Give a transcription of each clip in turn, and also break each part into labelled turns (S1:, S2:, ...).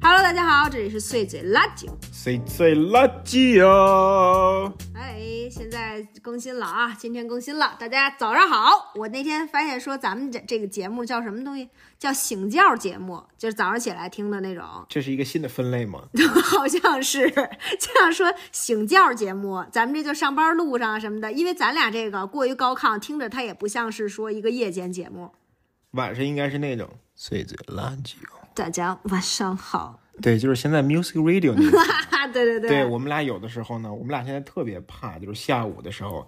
S1: 大家好，这里是碎嘴辣酒。
S2: 谁最垃圾哦？
S1: 哎，现在更新了啊，今天更新了，大家早上好。我那天发现说咱们这这个节目叫什么东西？叫醒觉节目，就是早上起来听的那种。
S2: 这是一个新的分类吗？
S1: 好像是这样说，醒觉节目，咱们这就上班路上什么的，因为咱俩这个过于高亢，听着它也不像是说一个夜间节目。
S2: 晚上应该是那种碎嘴垃圾哦。
S1: 大家晚上好，
S2: 对，就是现在 music radio 那个。
S1: 哈哈，对 对对，
S2: 对我们俩有的时候呢，我们俩现在特别怕，就是下午的时候，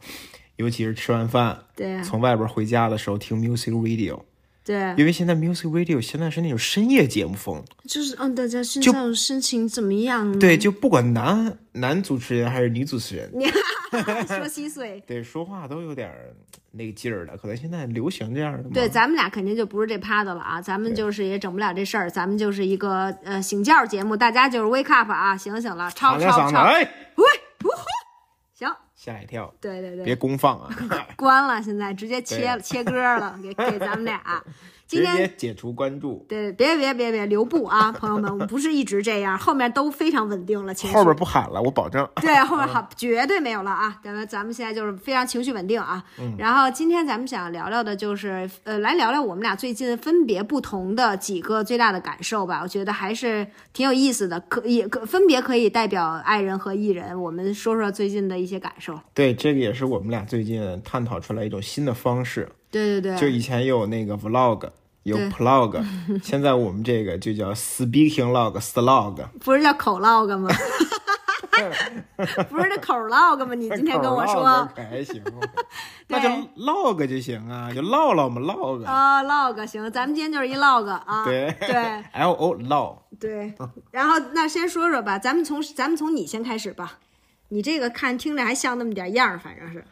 S2: 尤其是吃完饭，
S1: 对啊呀
S2: 从外边回家的时候听 music radio，
S1: 对，
S2: 因为现在 music radio 现在是那种深夜节目风，
S1: 就是嗯，大家现在心情怎么样呢？
S2: 对，就不管男男主持人还是女主持人，
S1: 说稀碎。
S2: 对，说话都有点儿那个劲儿的，可能现在流行这样的嘛。
S1: 对，咱们俩肯定就不是这趴的了啊，咱们就是也整不了这事儿，咱们就是一个呃醒觉节目，大家就是 wake up 啊，醒醒了，超
S2: 敞亮
S1: 超
S2: 嗓子，
S1: 超，
S2: 哎，
S1: 喂，呜呼，行，
S2: 吓一跳，
S1: 对对
S2: 别
S1: 对，
S2: 公放啊。
S1: 关了，现在直接切了切歌了， 给给咱们俩， 啊今天
S2: 直接解除关注。
S1: 对，别别别别留步啊，朋友们，我们不是一直这样，后面都非常稳定了，情绪
S2: 后边不喊了，我保 证。
S1: 对，后
S2: 嗯
S1: 面好绝对没有了啊！咱们咱们现在就是非常情绪稳定啊。
S2: 嗯
S1: 然后今天咱们想聊聊的就是，呃，来聊聊我们俩最近分别不同的几个最大的感受吧。我觉得还是挺有意思的，可也可分别可以代表爱人和艺人，我们说说最近的一些感受。
S2: 对，这个也是我们俩最近探讨出来一种新的方式，
S1: 对对
S2: 就
S1: 对，
S2: 以前有那个 vlog。有 plog，现在我们这个就叫 speaking log slog，
S1: 不是叫口 log 吗？ 不是这口 log 吗？你今天跟我说
S2: log 可还 行，那就 log 就行啊，就唠唠嘛 log，
S1: 啊、log 行，咱们今天就是一 log 啊。
S2: 对
S1: 对
S2: l o log，
S1: 对，
S2: 嗯
S1: 然后那先说说吧，咱们从咱们从你先开始吧，你这个看听着还像那么点样儿，反正是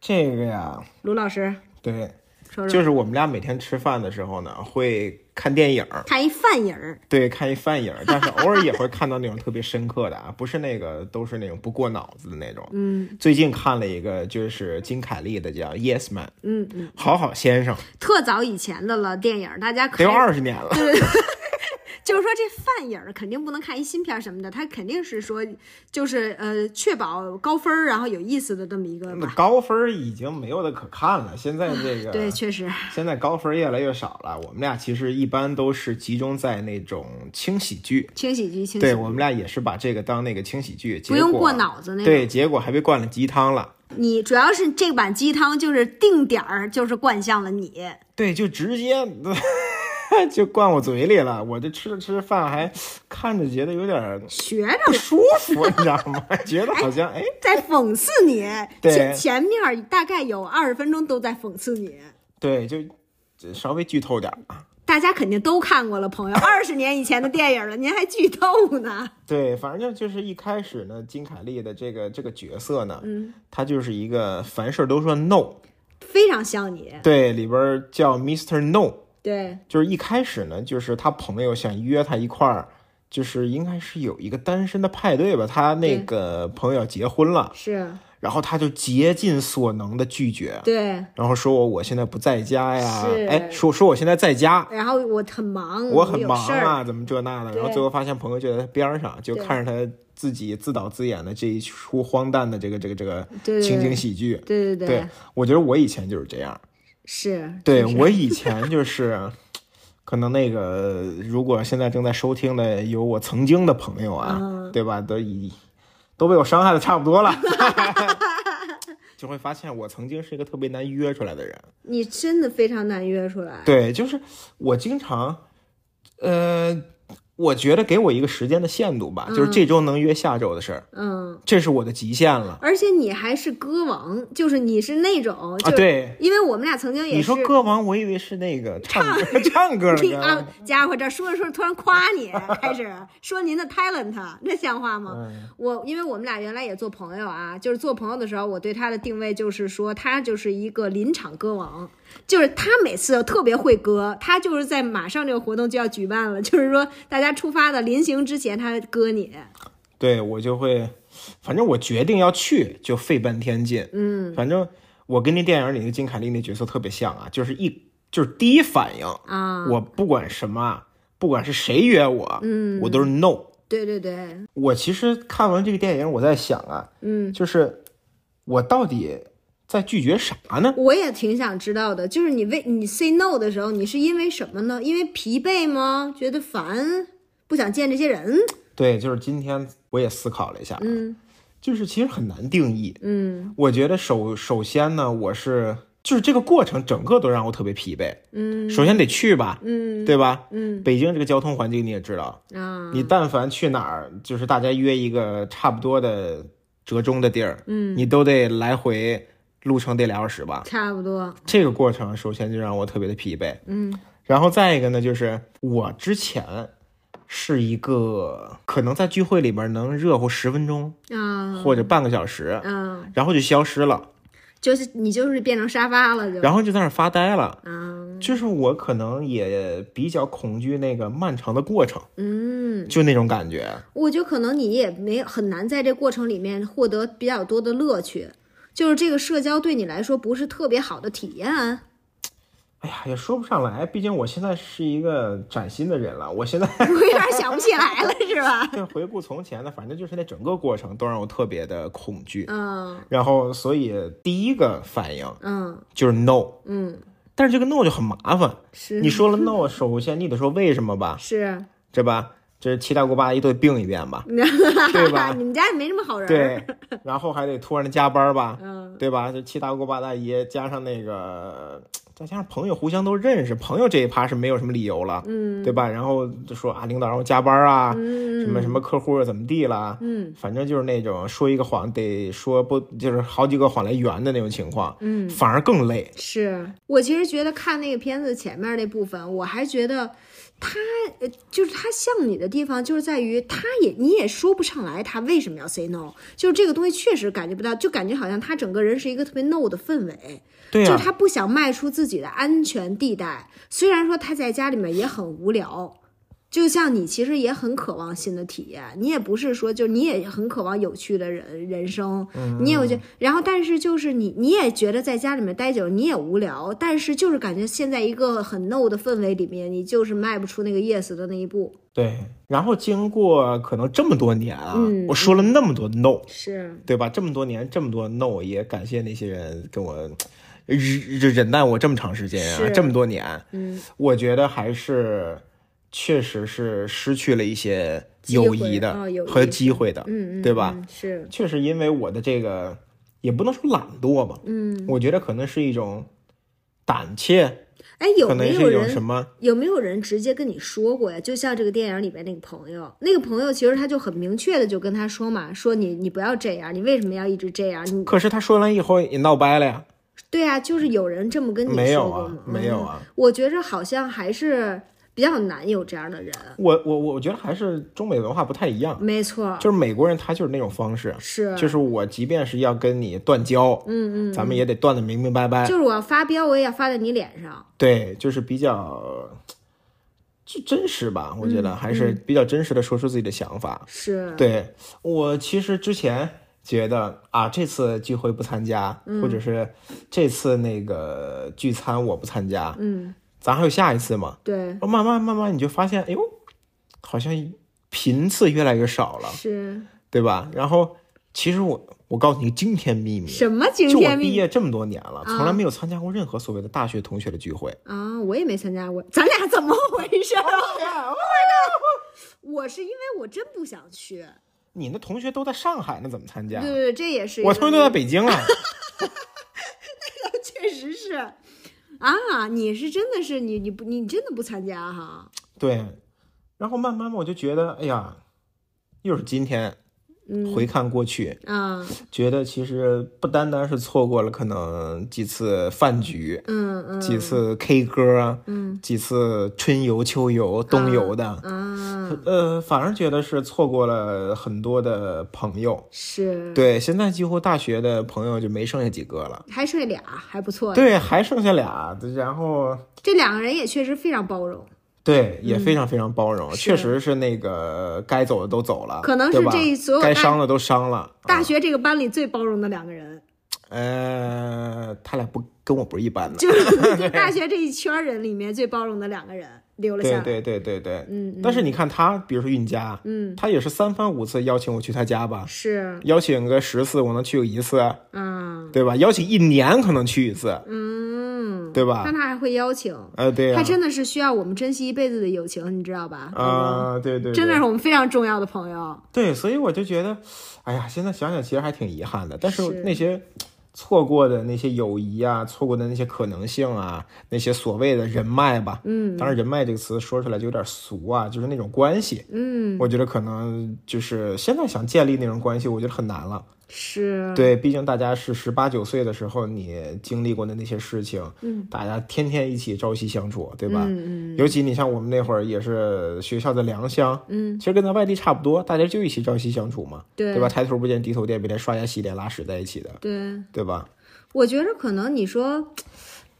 S2: 这个呀，
S1: 卢老师
S2: 对，
S1: 说说，
S2: 就是我们俩每天吃饭的时候呢，会看电影，
S1: 看一饭影儿，
S2: 对，看一翻影儿，但是偶尔也会看到那种特别深刻的啊，不是那个都是那种不过脑子的那种。嗯，最近看了一个就是金凯利的叫《Yes Man》，
S1: 嗯嗯，
S2: 好好先生，
S1: 特早以前的了电影儿，大家
S2: 得
S1: 可
S2: 有二十年了。
S1: 就是说这饭影儿肯定不能看一新片儿什么的，它肯定是说就是呃确保高分儿，然后有意思的这么一个
S2: 那
S1: 吧，
S2: 高分儿已经没有的可看了，现在这 个
S1: 对，确实，
S2: 现在高分儿越来越少了。我们俩其实一般都是集中在那种轻喜剧，
S1: 轻喜剧轻喜
S2: 对
S1: 剧，
S2: 我们俩也是把这个当那个轻喜剧，
S1: 不用
S2: 结果
S1: 过脑子那种。
S2: 对，结果还被灌了鸡汤了。
S1: 你主要是这碗鸡汤就是定点儿，就是灌向了你。
S2: 对，就直接 就灌我嘴里了。我这吃着吃着饭还看着觉得有点儿
S1: 学着
S2: 不舒服，你知道吗？ 觉得好像哎，
S1: 在讽刺你，
S2: 对
S1: 前前面大概有二十分钟都在讽刺你，
S2: 对，就就稍微剧透点儿啊。
S1: 大家肯定都看过了，朋友，二十年以前的电影了，您还剧透呢？
S2: 对，反正就是一开始呢，金凯利的这个这个角色呢，嗯，他就是一个凡事都说 no，
S1: 非常像你，
S2: 对，里边儿叫 Mr. No，
S1: 对
S2: 就是一开始呢，就是他朋友想约他一块儿，就是应该是有一个单身的派对吧，他那
S1: 对
S2: 个朋友结婚了，
S1: 是，
S2: 然后他就竭尽所能的拒绝，
S1: 对，
S2: 然后说我我现在不在家呀
S1: 是，
S2: 哎，说说我现在在家，
S1: 然后我很忙，
S2: 我很
S1: 有
S2: 忙
S1: 事儿，
S2: 啊，怎么这那的，
S1: 对
S2: 然后最后发现朋友就在他边上，就
S1: 对
S2: 看着他自己自导自演的这一出荒诞的这个这个这个
S1: 对对
S2: 情
S1: 对
S2: 景喜剧。
S1: 对对对，
S2: 对，我觉得我以前就是这样，
S1: 是，
S2: 对
S1: 是
S2: 我以 前就是。可能那个，如果现在正在收听的有我曾经的朋友啊，
S1: 嗯
S2: 对吧？都已都被我伤害的差不 多了，就会发现我曾经是一个特别难约出来的人。
S1: 你真的非常难约出来，
S2: 对，就是我经常，呃，我觉得给我一个时间的限度吧，就是这周能约下周的事儿，
S1: 嗯，
S2: 这是我的极限了
S1: 而且你还是歌王，就是你是那种，
S2: 啊！
S1: 就是、，
S2: 对，
S1: 因为我们俩曾经也是
S2: 你说歌王，我以为是那个唱歌 唱 歌
S1: 听
S2: 的
S1: 啊
S2: 歌，，
S1: 家伙，这说着说着突然夸你，开始说您的 talent，这像话吗？我因为我们俩原来也做朋友啊，就是做朋友的时候，我对他的定位就是说他就是一个临场歌王，就是他每次都特别会歌，他就是在马上这个活动就要举办了，就是说大家出发的临行之前他歌你，
S2: 对我就会，反正我决定要去就费半天劲，嗯，反正我跟那电影里的金凯利那角色特别像啊，就是一就是第一反应
S1: 啊，
S2: 我不管什么啊。不管是谁约我，
S1: 嗯，
S2: 我都是 no。
S1: 对对对，
S2: 我其实看完这个电影，我在想啊，
S1: 嗯，
S2: 就是我到底在拒绝啥呢？
S1: 我也挺想知道的，就是你为你 say no 的时候，你是因为什么呢？因为疲惫吗？觉得烦，不想见这些人？
S2: 对，就是今天我也思考了一下，啊
S1: 嗯
S2: 就是其实很难定义。
S1: 嗯
S2: 我觉得首首先呢，我是就是这个过程整个都让我特别疲惫。
S1: 嗯
S2: 首先得去吧，
S1: 嗯
S2: 对吧？
S1: 嗯
S2: 北京这个交通环境你也知道，
S1: 啊，
S2: 你但凡去哪儿，就是大家约一个差不多的折中的地儿，
S1: 嗯，
S2: 你都得来回路程得俩小时吧。
S1: 差不多，
S2: 这个过程首先就让我特别的疲惫，
S1: 嗯
S2: 然后再一个呢，就是我之前是一个可能在聚会里面能热乎十分钟
S1: 啊
S2: 或者半个小时，
S1: 啊，
S2: 然后就消失了，
S1: 就是你就是变成沙发了就
S2: 然后就在那儿发呆了。
S1: 啊，
S2: 就是我可能也比较恐惧那个漫长的过程，
S1: 嗯。
S2: 就那种感觉。
S1: 我觉得可能你也没很难在这过程里面获得比较多的乐趣，就是这个社交对你来说不是特别好的体验 啊。
S2: 哎呀，也说不上来，毕竟我现在是一个崭新的人了。我现在
S1: 我有点想不起来了，是吧？
S2: 回顾从前呢，反正就是那整个过程都让我特别的恐惧。
S1: 嗯
S2: 然后，所以第一个反应
S1: 嗯
S2: 就是 no，
S1: 嗯，
S2: 但是这个 no 就很麻烦。
S1: 是
S2: 你说了 no，首先你得说为什么吧，
S1: 是，
S2: 对吧？这七大姑八大姨都得病一遍吧，对吧
S1: 你们家也没什么好人。，
S2: 对，然后还得突然的加班吧，
S1: 嗯
S2: 对吧？这七大姑八大姨加上那个，再加上朋友互相都认识，朋友这一趴是没有什么理由了，
S1: 嗯
S2: 对吧？然后就说啊，领导让我加班啊，
S1: 嗯
S2: 什么什么客户又怎么地啦，
S1: 嗯
S2: 反正就是那种说一个谎得说不，就是好几个谎来圆的那种情况，
S1: 嗯，
S2: 反而更累。
S1: 是我其实觉得看那个片子前面那部分，我还觉得他呃就是他像你的地方，就是在于他也你也说不上来他为什么要 say no，就是这个东西确实感觉不到，就感觉好像他整个人是一个特别 no 的氛围，
S2: 对啊
S1: 就
S2: 呀、
S1: 是他不想迈出自己的安全地带。虽然说他在家里面也很无聊。就像你其实也很渴望新的体验，你也不是说就你也很渴望有趣的人人生，
S2: 嗯
S1: 你也觉，然后但是就是你你也觉得在家里面待久了你也无聊，但是就是感觉现在一个很 no 的氛围里面，你就是迈不出那个 yes 的那一步。
S2: 对。然后经过可能这么多年啊，
S1: 嗯
S2: 我说了那么多 no，
S1: 是，
S2: 对吧？这么多年，这么多 no，也感谢那些人跟我忍忍忍耐我这么长时间啊，
S1: 是
S2: 这么多年，
S1: 嗯，
S2: 我觉得还是确实是失去了一些
S1: 机会
S2: 友谊的
S1: 哦友谊
S2: 和机会的，
S1: 嗯嗯，
S2: 对吧
S1: 嗯？是，
S2: 确实因为我的这个也不能说懒惰吧，
S1: 嗯，
S2: 我觉得可能是一种胆怯，
S1: 哎，有
S2: 可能
S1: 没
S2: 是
S1: 有
S2: 一种
S1: 人
S2: 什么？
S1: 有没有人直接跟你说过呀？就像这个电影里面那个朋友，那个朋友其实他就很明确的就跟他说嘛，说你你不要这样，你为什么要一直这样？你
S2: 可是他说完以后也闹掰了呀，
S1: 对啊，就是有人这么跟你
S2: 没
S1: 嗯说
S2: 有
S1: 过
S2: 啊
S1: 吗？，
S2: 没有啊。
S1: 嗯。我觉着好像还是比较难有这样的人，
S2: 我我我我觉得还是中美文化不太一样，
S1: 没错，
S2: 就是美国人他就是那种方式，
S1: 是
S2: 就是我即便是要跟你断交，
S1: 嗯嗯嗯，
S2: 咱们也得断的明明白白。
S1: 就是我要发飙，我也要发在你脸上。
S2: 对，就是比较就真实吧，我
S1: 嗯
S2: 觉得、还是比较真实的说出自己的想法。
S1: 是，
S2: 对我其实之前觉得啊，这次聚会不参加，
S1: 嗯
S2: 或者是这次那个聚餐我不参加，
S1: 嗯，
S2: 咱还有下一次嘛。
S1: 对，
S2: 慢慢慢慢你就发现，哎呦，好像频次越来越少了，
S1: 是
S2: 对吧？然后其实我我告诉你惊天秘密，
S1: 什么惊
S2: 就我
S1: 天
S2: 毕
S1: 秘密
S2: 业这么多年了，从
S1: 啊
S2: 来没有参加过任何所谓的大学同学的聚会。
S1: 啊？我也没参加过，咱俩怎么回事？啊 Oh 我是因为我真不想去。
S2: 你那同学都在上海，那怎么参加？
S1: 对对对，这也是一
S2: 我
S1: 个
S2: 同学都在北京啊。
S1: 确实是啊，你是真的是你你不你真的不参加哈？
S2: 对，然后慢慢我就觉得，哎呀，又是今天
S1: 嗯
S2: 回看过去，
S1: 啊
S2: 觉得其实不单单是错过了可能几次饭局、
S1: 嗯嗯
S2: 几次 K 歌啊、
S1: 嗯
S2: 几次春游、秋游、冬游的，
S1: 啊
S2: 呃，反而觉得是错过了很多的朋友。
S1: 是，
S2: 对，现在几乎大学的朋友就没剩下几个了。
S1: 还睡俩还不错，，
S2: 对，还剩下俩，然后
S1: 这两个人也确实非常包容，
S2: 对，也非常非常包容，
S1: 嗯是
S2: 确实是那个该走的都走了，
S1: 可能
S2: 对
S1: 是
S2: 吧
S1: 这所有
S2: 该
S1: 大
S2: 伤的都伤了。
S1: 大学这个班里最包容的两个人。
S2: 呃，他俩不跟我不是一般的。
S1: 就是 大学这一圈人里面最包容的两个人留了下
S2: 对
S1: 来。
S2: 对对对对，
S1: 嗯，
S2: 但是你看他，比如说韵佳，
S1: 嗯，
S2: 他也是三番五次邀请我去他家吧，
S1: 是，
S2: 邀请个十次我能去个一次，
S1: 嗯
S2: 对吧？邀请一年可能去一次，
S1: 嗯，
S2: 对吧
S1: 但？他还会邀请，
S2: 呃，啊对呀、
S1: 他真的是需要我们珍惜一辈子的友情，你知道吧？
S2: 啊、对对对，
S1: 真的是我们非常重要的朋友。
S2: 对，所以我就觉得，哎呀，现在想想其实还挺遗憾的。但是
S1: 是
S2: 那些错过的那些友谊啊，错过的那些可能性啊，那些所谓的人脉吧，嗯，当然“人脉”这个词说出来就有点俗啊，就是那种关系，
S1: 嗯，
S2: 我觉得可能就是现在想建立那种关系，我觉得很难了。
S1: 是，
S2: 对，毕竟大家是十八九岁的时候，你经历过的那些事情，嗯，大家天天一起朝夕相处，对吧？
S1: 嗯嗯
S2: 尤其你像我们那会儿也是学校的良乡，
S1: 嗯，
S2: 其实跟咱外地差不多，大家就一起朝夕相处嘛，
S1: 对
S2: 吧？抬头不见低头见，每天刷牙洗脸拉屎在一 起的，
S1: 对，
S2: 对吧？
S1: 我觉着可能你说，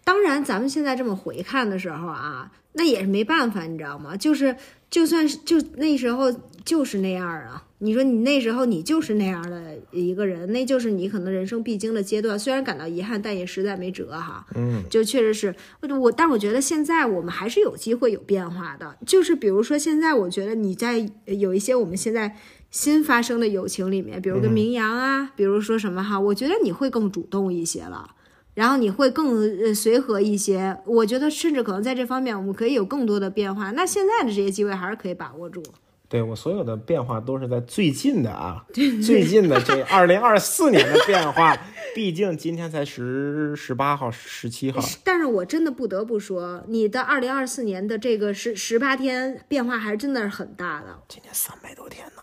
S1: 当然咱们现在这么回看的时候啊，那也是没办法，你知道吗？就是就算是就那时候就是那样啊。你说你那时候你就是那样的一个人，那就是你可能人生必经的阶段。虽然感到遗憾，但也实在没辙哈。
S2: 嗯，
S1: 就确实是我，但我觉得现在我们还是有机会有变化的。就是比如说现在，我觉得你在有一些我们现在新发生的友情里面，比如跟明阳啊，比如说什么哈，我觉得你会更主动一些了。然后你会更呃随和一些，我觉得甚至可能在这方面我们可以有更多的变化。那现在的这些机会还是可以把握住。
S2: 对我所有的变化都是在最近的啊，最近的这二零二四年的变化， 毕竟今天才十十八号、十七号，
S1: 但是我真的不得不说，你的二零二四年的这个十十八天变化还是真的是很大的。
S2: 今天三百多天呢，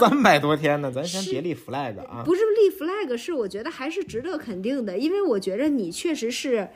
S2: 三百多天呢，咱先别立 flag 啊。
S1: 不是立 flag，是我觉得还是值得肯定的，因为我觉着你确实是，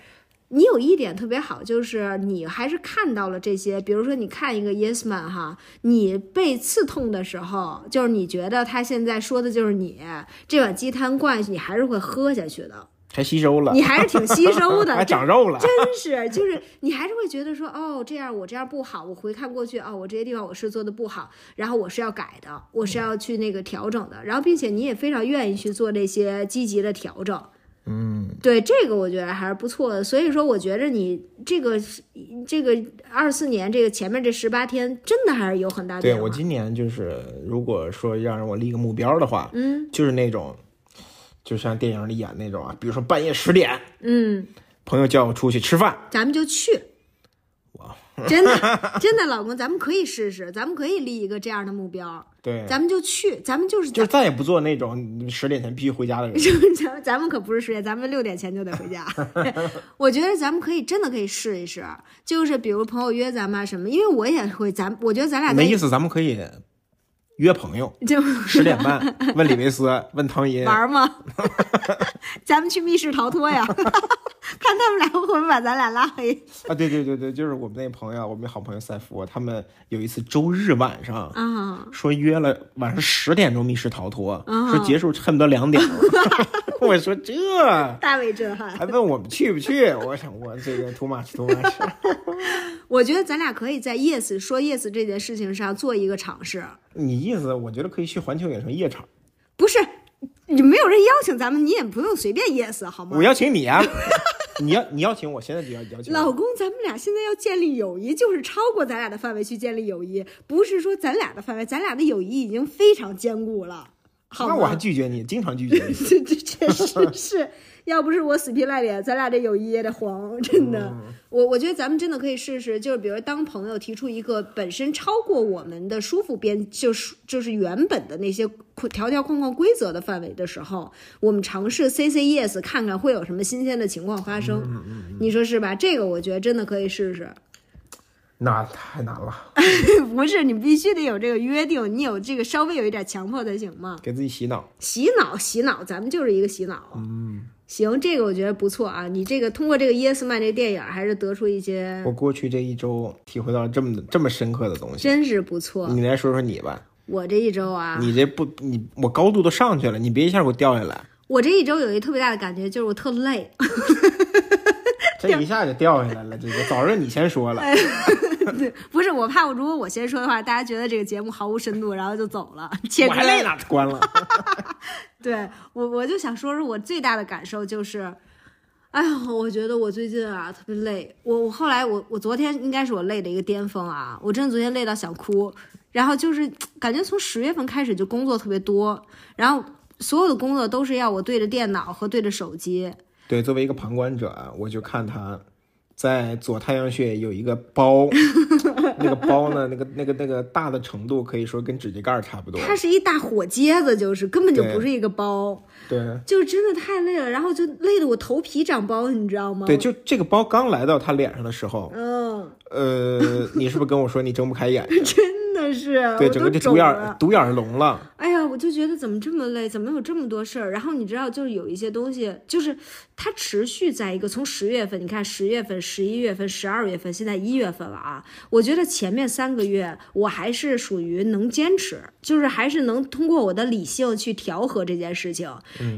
S1: 你有一点特别好，就是你还是看到了这些，比如说你看一个 Yes Man 哈，你被刺痛的时候，就是你觉得他现在说的就是你这碗鸡汤灌下去，你还是会喝下去的，
S2: 还吸收了，
S1: 你还是挺吸收的，
S2: 还长肉了。啊
S1: 真是，就是你还是会觉得说，哦，这样我这样不好，我回看过去，哦，我这些地方我是做的不好，然后我是要改的，我
S2: 嗯
S1: 是要去那个调整的，然后并且你也非常愿意去做这些积极的调整，
S2: 嗯，
S1: 对这个我觉得还是不错的。所以说，我觉着你这个这个二四年这个前面这十八天，真的还是有很大
S2: 对
S1: 变化。
S2: 我今年就是，如果说要让我立个目标的话，
S1: 嗯
S2: 就是那种，就像电影里演那种啊，比如说半夜十点，
S1: 嗯，
S2: 朋友叫我出去吃饭，
S1: 咱们就去。
S2: 哇，
S1: 真的，真的，老公，咱们可以试试，咱们可以立一个这样的目标，
S2: 对，
S1: 咱们就去，咱们就是
S2: 就再也不做那种十点前必须回家的人。
S1: 就是咱们咱们可不是十点，咱们六点前就得回家。 我觉得咱们可以真的可以试一试，就是比如朋友约咱们啊什么，因为我也会，咱我觉得啊咱俩在
S2: 没意思，咱们可以约朋友，
S1: 就
S2: 十点半问李维斯，问唐寅，
S1: 玩嘛， 咱们去密室逃脱呀， 看他们俩会不会把咱俩拉黑
S2: 啊，对对对对，就是我们那朋友，我们好朋友赛福，他们有一次周日晚上。
S1: 啊。
S2: 说约了晚上十点钟密室逃脱，
S1: 啊
S2: 说结束恨不得两点了。 我说这
S1: 大为震撼，
S2: 还问我们去不去？我想我这个 too much too much。
S1: 我觉得咱俩可以在 yes 说 yes 这件事情上做一个尝试。
S2: 你意思我觉得可以去环球影城夜场，
S1: 不是，你没有人邀请咱们，你也不用随便 yes 好吗
S2: 我？邀请你啊，你要你邀请我，现在就要邀请我。
S1: 老公，咱们俩现在要建立友谊，就是超过咱俩的范围去建立友谊，不是说咱俩的范围，咱俩的友谊已经非常坚固了，好
S2: 那我还
S1: 吗？
S2: 拒绝你，经常拒绝 你。
S1: 这这确实是，要不是我死皮赖脸，咱俩这友谊也得黄，真的。我我觉得咱们真的可以试试，就是比如当朋友提出一个本身超过我们的舒服边，就是就是原本的那些条条框框规则的范围的时候，我们尝试 say say yes，看看会有什么新鲜的情况发生，你说是吧？这个我觉得真的可以试 试。
S2: 那太难了，
S1: 不是，你必须得有这个约定，你有这个稍微有一点强迫才行嘛。
S2: 给自己洗脑。
S1: 洗脑，洗脑，咱们就是一个洗脑。嗯，行，这个我觉得不错啊。你这个通过这个《Yes Man》这个电影，还是得出一些，
S2: 我过去这一周体会到了这么这么深刻的东西。
S1: 真是不错。
S2: 你来说说你吧，
S1: 我这一周啊，
S2: 你这不你我高度都上去了，你别一下给我掉下来，
S1: 我这一周有一特别大的感觉，就是我特累。
S2: 这一下就掉下来了。这个早上你先说
S1: 哎
S2: 了，
S1: 不是，我怕我如果我先说的话，大家觉得这个节目毫无深度，然后就走了，切
S2: 我
S1: 割
S2: 还累呢，关了。
S1: 对我，我就想说说我最大的感受就是，哎呀，我觉得我最近啊特别累，我我后来我我昨天应该是我累的一个巅峰啊，我真的昨天累到想哭，然后就是感觉从十月份开始就工作特别多，然后所有的工作都是要我对着电脑和对着手机，
S2: 对，作为一个旁观者啊，我就看他在左太阳穴有一个 包，那个包呢，那个那个那个大的程度可以说跟指甲盖儿差不多。
S1: 它是一大火疖子，就是根本就
S2: 对
S1: 不是一个包，
S2: 对
S1: 就是真的太累了，然后就累得我头皮长包，你知道吗？
S2: 对，就这个包刚来到他脸上的时候，
S1: 嗯，
S2: 呃，你是不是跟我说你睁不开 眼？
S1: 真的是，
S2: 对，
S1: 我
S2: 整个
S1: 都
S2: 这
S1: 肿
S2: 独眼儿
S1: 了。
S2: 独眼儿聋了。
S1: 哎呀，我就觉得怎么这么累，怎么有这么多事儿？然后你知道，就是有一些东西，就是它持续在一个从十月份，你看十月份、十一月份、十二月份，现在一月份了啊。我觉得前面三个月我还是属于能坚持，就是还是能通过我的理性去调和这件事情。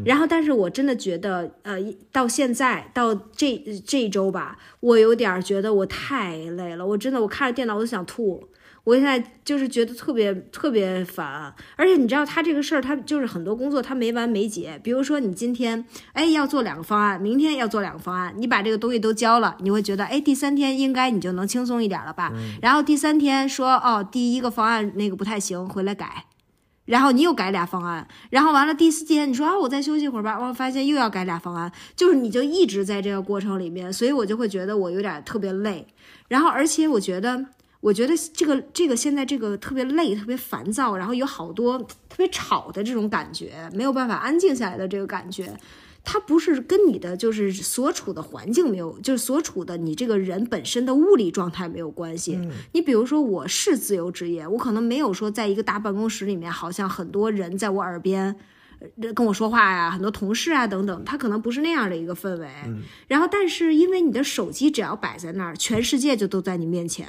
S1: 然后，但是我真的觉得，呃，一到现在到这这一周吧，我有点儿觉得我太累了，我真的我看着电脑我都想吐。我现在就是觉得特别特别烦，啊而且你知道他这个事儿，他就是很多工作他没完没结。比如说你今天哎要做两个方案，明天要做两个方案，你把这个东西都交了，你会觉得哎第三天应该你就能轻松一点了吧？然后第三天说哦第一个方案那个不太行，回来改。然后你又改俩方案，然后完了第四天你说啊，我再休息会儿吧，我发现又要改俩方案，就是你就一直在这个过程里面，所以我就会觉得我有点特别累。然后而且我觉得，我觉得这个这个现在这个特别累、特别烦躁，然后有好多特别吵的这种感觉，没有办法安静下来的这个感觉。它不是跟你的就是所处的环境没有，就是所处的你这个人本身的物理状态没有关系。你比如说，我是自由职业，我可能没有说在一个大办公室里面，好像很多人在我耳边呃跟我说话呀，很多同事啊等等，他可能不是那样的一个氛围。然后，但是因为你的手机只要摆在那儿，全世界就都在你面前。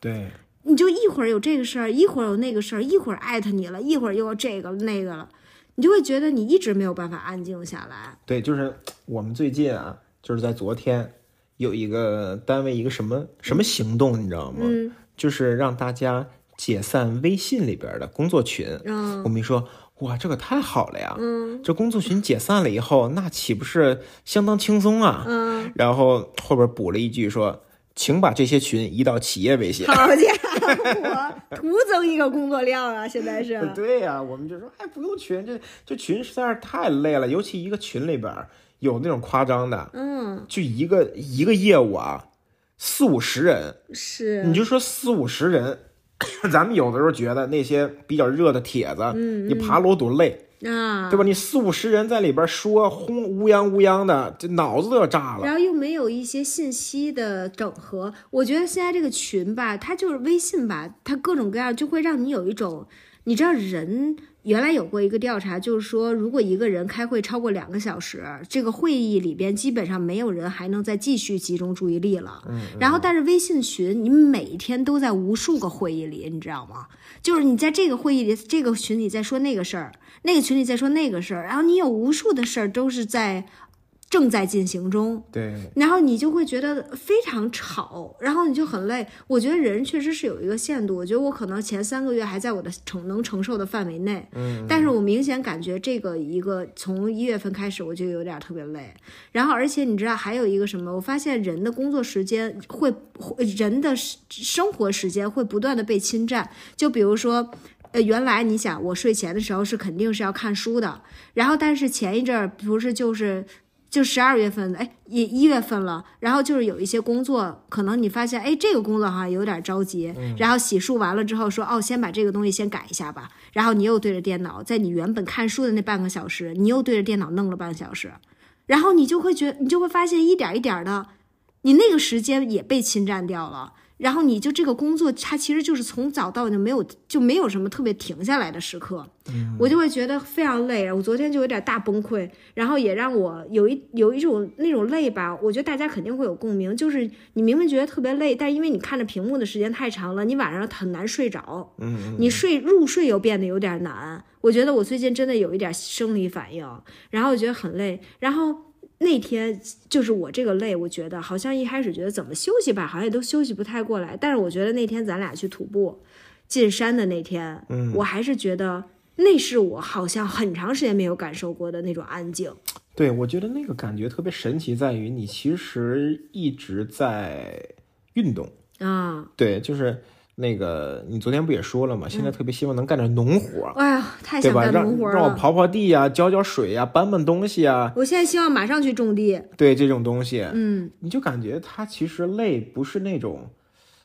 S2: 对，
S1: 你就一会儿有这个事儿，一会儿有那个事儿，一会儿艾特你了，一会儿又要这个那个了，你就会觉得你一直没有办法安静下来。
S2: 对，就是我们最近啊，就是在昨天有一个单位一个什么什么行动，你知道吗？
S1: 嗯
S2: 就是让大家解散微信里边的工作群。
S1: 嗯
S2: 我们一说，哇，这可太好了呀！
S1: 嗯
S2: 这工作群解散了以后，那岂不是相当轻松啊？
S1: 嗯，
S2: 然后后边补了一句说，请把这些群移到企业微信。，
S1: 好家伙，我徒增一个工作量啊！现在是
S2: 对呀、我们就说，哎，不用群，这这群实在是太累了，尤其一个群里边儿有那种夸张的，
S1: 嗯，
S2: 就一个一个业务啊，四五十人，你
S1: 是，
S2: 就说四五十人， 咱们有的时候觉得那些比较热的帖子，你爬楼多累，
S1: 啊
S2: 对，吧？你四五十人在里边说轰乌泱乌泱的，这脑子都要炸了。
S1: 然后又没有一些信息的整合，我觉得现在这个群吧，它就是微信吧，它各种各样就会让你有一种，你知道人原来有过一个调查，就是说如果一个人开会超过两个小时，这个会议里边基本上没有人还能再继续集中注意力了。然后但是微信群，你每一天都在无数个会议里，你知道吗？就是你在这个会议里，这个群里在说那个事儿，那个群里在说那个事儿，然后你有无数的事儿都是在。正在进行中，
S2: 对，
S1: 然后你就会觉得非常吵，然后你就很累。我觉得人确实是有一个限度，我觉得我可能前三个月还在我的承能承受的范围内，嗯，但是我明显感觉这个一个从一月份开始我就有点特别累，然后而且你知道还有一个什么？我发现人的工作时间会，会人的生生活时间会不断的被侵占，就比如说。呃，原来你想我睡前的时候是肯定是要看书的，然后但是前一阵儿不是就是就十二月份，哎，也一月份了，然后就是有一些工作，可能你发现，哎，这个工作好像有点着急，然后洗漱完了之后说，哦，先把这个东西先改一下吧，然后你又对着电脑，在你原本看书的那半个小时，你又对着电脑弄了半个小时，然后你就会觉，你就会发现一点一点的，你那个时间也被侵占掉了。然后你就这个工作，它其实就是从早到晚就没有就没有什么特别停下来的时刻，
S2: 嗯
S1: 我就会觉得非常累。我昨天就有点大崩溃，然后也让我有一有一种那种累吧，我觉得大家肯定会有共鸣，就是你明明觉得特别累，但因为你看着屏幕的时间太长了，你晚上很难睡着，
S2: 嗯，
S1: 你睡入睡又变得有点难。我觉得我最近真的有一点生理反应，然后我觉得很累，然后。那天就是我这个累，我觉得好像一开始觉得怎么休息吧，好像也都休息不太
S2: 嗯
S1: 过来。但是我觉得那天咱俩去徒步进山的那天，我还是觉得那是我好像很长时间没有感受过的那种安静。
S2: 对，我觉得那个感觉特别神奇，在于你其实一直在运动。
S1: 啊，
S2: 对，就是那个你昨天不也说了吗？现在特别希望能干点农活儿，
S1: 哎呀，嗯太
S2: 对
S1: 想
S2: 吧？
S1: 干
S2: 让
S1: 农活
S2: 让我
S1: 了。
S2: 刨刨地呀、浇浇水呀、搬搬东西呀，
S1: 我现在希望马上去种地。
S2: 对这种东西，
S1: 嗯
S2: 你就感觉它其实累不是那种，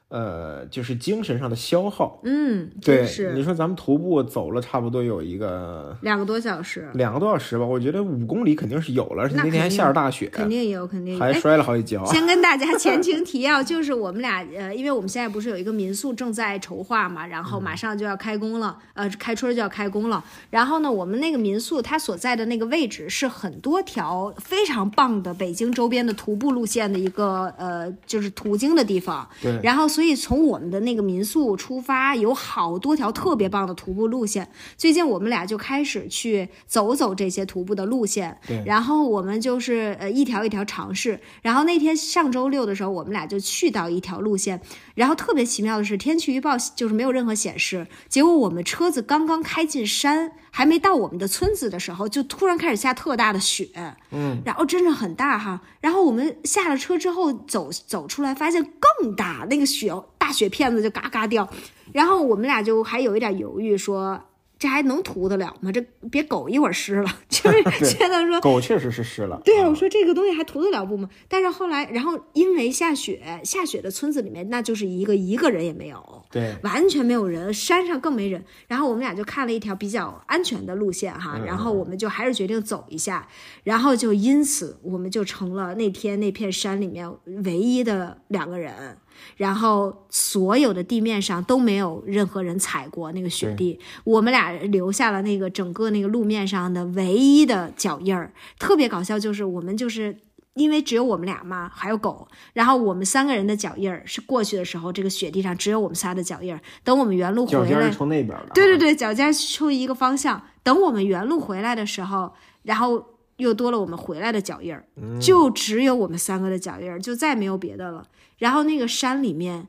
S2: 呃，就是精神上的消耗。
S1: 嗯，
S2: 对
S1: 真，是
S2: 你说咱们徒步走了差不多有一个
S1: 两个多小时，
S2: 两个多小时吧，我觉得五公里肯定是有了，而且
S1: 那
S2: 那天还
S1: 肯定
S2: 下着大雪，
S1: 肯定有，肯定有。
S2: 还
S1: 哎，
S2: 摔了好几跤。
S1: 先跟大家前情提要， 就是我们俩呃，因为我们现在不是有一个民宿正在筹划嘛，然后马上就要开工了，呃，开春儿就要开工了。然后呢，我们那个民宿它所在的那个位置是很多条非常棒的北京周边的徒步路线的一个呃，就是途经的地方。
S2: 对
S1: 然后，所以从我们的那个民宿出发，有好多条特别棒的徒步路线。最近我们俩就开始去走走这些徒步的路线
S2: 对，
S1: 然后我们就是呃一条一条尝试。然后那天上周六的时候，我们俩就去到一条路线，然后特别奇妙的是，天气预报就是没有任何显示。结果我们车子刚刚开进山，还没到我们的村子的时候，就突然开始下特大的雪。
S2: 嗯，
S1: 然后真的很大哈。然后我们下了车之后走走出来，发现更大，那个雪大雪片子就嘎嘎掉。然后我们俩就还有一点犹豫，说这还能涂得了吗？这别狗一会儿湿了， 就是觉得说
S2: 狗确实是湿了，
S1: 对啊，我说这个东西还涂得了布吗？但是后来，然后因为下雪，下雪的村子里面那就是一个一个人也没有，
S2: 对
S1: 完全没有人，山上更没人。然后我们俩就看了一条比较安全的路线哈，然后我们就还是决定走一下，然后就因此我们就成了那天那片山里面唯一的两个人。然后所有的地面上都没有任何人踩过那个雪地，我们俩留下了那个整个那个路面上的唯一的脚印儿。特别搞笑，就是我们就是因为只有我们俩嘛，还有狗，然后我们三个人的脚印儿是过去的时候，这个雪地上只有我们仨的脚印儿。等我们原路
S2: 脚
S1: 回
S2: 尖
S1: 来
S2: 是，冲那边的。
S1: 对对，对，脚尖处于一个方向。等我们原路回来的时候，然后又多了我们回来的脚印儿，
S2: 嗯
S1: 就只有我们三个的脚印儿，就再没有别的了。然后那个山里面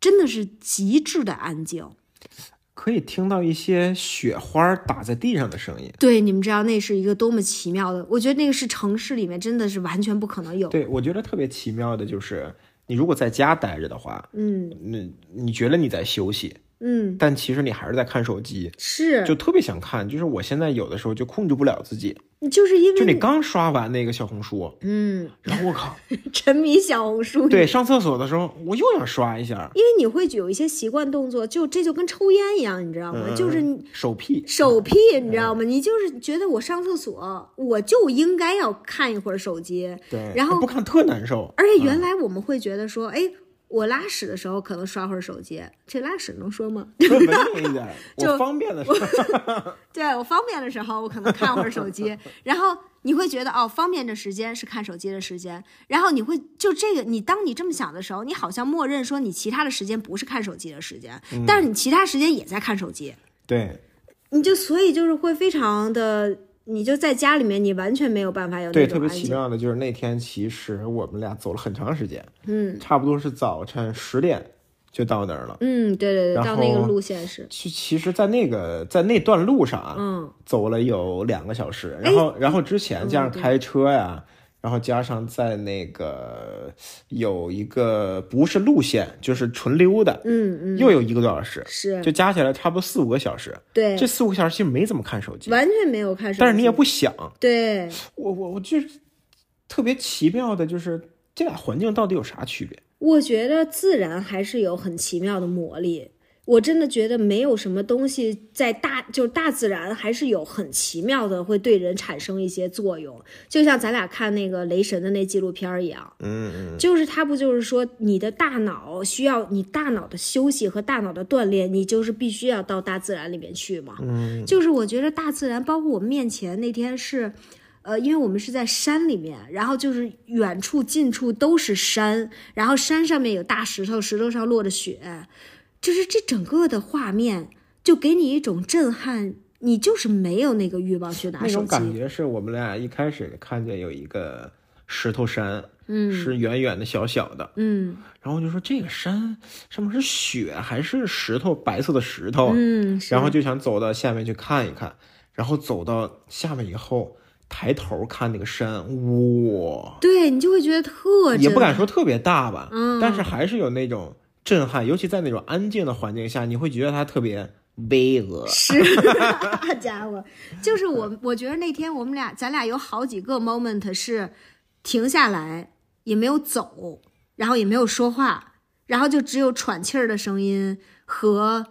S1: 真的是极致的安静。
S2: 可以听到一些雪花打在地上的声音。
S1: 对，你们知道那是一个多么奇妙的？我觉得那个是城市里面真的是完全不可能有。
S2: 对，我觉得特别奇妙的就是，你如果在家待着的话，
S1: 嗯
S2: 那你觉得你在休息，
S1: 嗯，
S2: 但其实你还是在看手机，
S1: 是，
S2: 就特别想看。就是我现在有的时候就控制不了自己，
S1: 就是因
S2: 就你
S1: 为
S2: 刚刷完那个小红书，
S1: 嗯，
S2: 然后我靠，
S1: 沉迷小红书，
S2: 对，上厕所的时候我又想刷一下，
S1: 因为你会有一些习惯动作，就这就跟抽烟一样，你知道
S2: 嗯
S1: 吗？嗯就是你
S2: 手屁，
S1: 手屁，你知道吗？你就是觉得我上厕所，我就应该要看一会儿手机，
S2: 对，
S1: 然后
S2: 不看特 难受。
S1: 而且原来我们会觉得说，哎，我拉屎的时候可能刷会儿手机，这拉屎能说吗？
S2: 说文明一点，
S1: 就
S2: 我方便的时候，
S1: 对我方便的时候，我可能看会儿手机，然后你会觉得哦，方便的时间是看手机的时间，然后你会就这个，你当你这么想的时候，你好像默认说你其他的时间不是看手机的时间，但是你其他时间也在看手机，
S2: 对
S1: 你就所以就是会非常的，你就在家里面，你完全没有办法有
S2: 对，
S1: 那
S2: 特
S1: 种
S2: 别
S1: 安
S2: 奇
S1: 静。
S2: 妙的就是那天，其实我们俩走了很长时间，
S1: 嗯
S2: 差不多是早晨十点就到那儿了。
S1: 嗯，对对对，
S2: 然
S1: 到那个
S2: 后
S1: 路线是，
S2: 其其实，在那个在那段路上啊，
S1: 嗯哎
S2: 走了有两个小时，然后然后之前加上开车呀、然后加上在那个有一个不是路线，就是纯溜达，
S1: 嗯嗯，
S2: 又有一个多小时，
S1: 是
S2: 就加起来差不多四五个小时。
S1: 对
S2: 这，四五个小时其实没怎么看手机，
S1: 完全没有看手机，
S2: 但是你也不想，
S1: 对，
S2: 我我我就是特别奇妙的，就是这俩环境到底有啥区别？
S1: 我觉得自然还是有很奇妙的魔力。我真的觉得没有什么东西在大，就是大自然还是有很奇妙的，会对人产生一些作用。就像咱俩看那个雷神的那纪录片儿一样，
S2: 嗯嗯。
S1: 就是它不就是说你的大脑需要你大脑的休息和大脑的锻炼，你就是必须要到大自然里面去嘛。嗯，就是我觉得大自然，包括我们面前那天是。呃，因为我们是在山里面，然后就是远处近处都是山，然后山上面有大石头，石头上落着雪，就是这整个的画面就给你一种震撼，你就是没有那个欲望去拿
S2: 那
S1: 手
S2: 种
S1: 机。
S2: 感觉是我们俩一开始看见有一个石头山，
S1: 嗯
S2: 是远远的小小的。
S1: 嗯
S2: 然后我就说这个山上面是雪还是石头，白色的石头啊。
S1: 嗯，
S2: 然后就想走到下面去看一看，然后走到下面以后，抬头看那个山，哇，
S1: 对你就会觉得特
S2: 也
S1: 震
S2: 不敢
S1: 撼
S2: 说特别大吧，
S1: 呃嗯
S2: 但是还是有那种震撼，尤其在那种安静的环境下，你会觉得它特别巍峨。
S1: 是，好 家伙，就是
S2: 嗯
S1: 我，我觉得那天我们俩，咱俩有好几个 moment 是停下来，也没有走，然后也没有说话，然后就只有喘气儿的声音和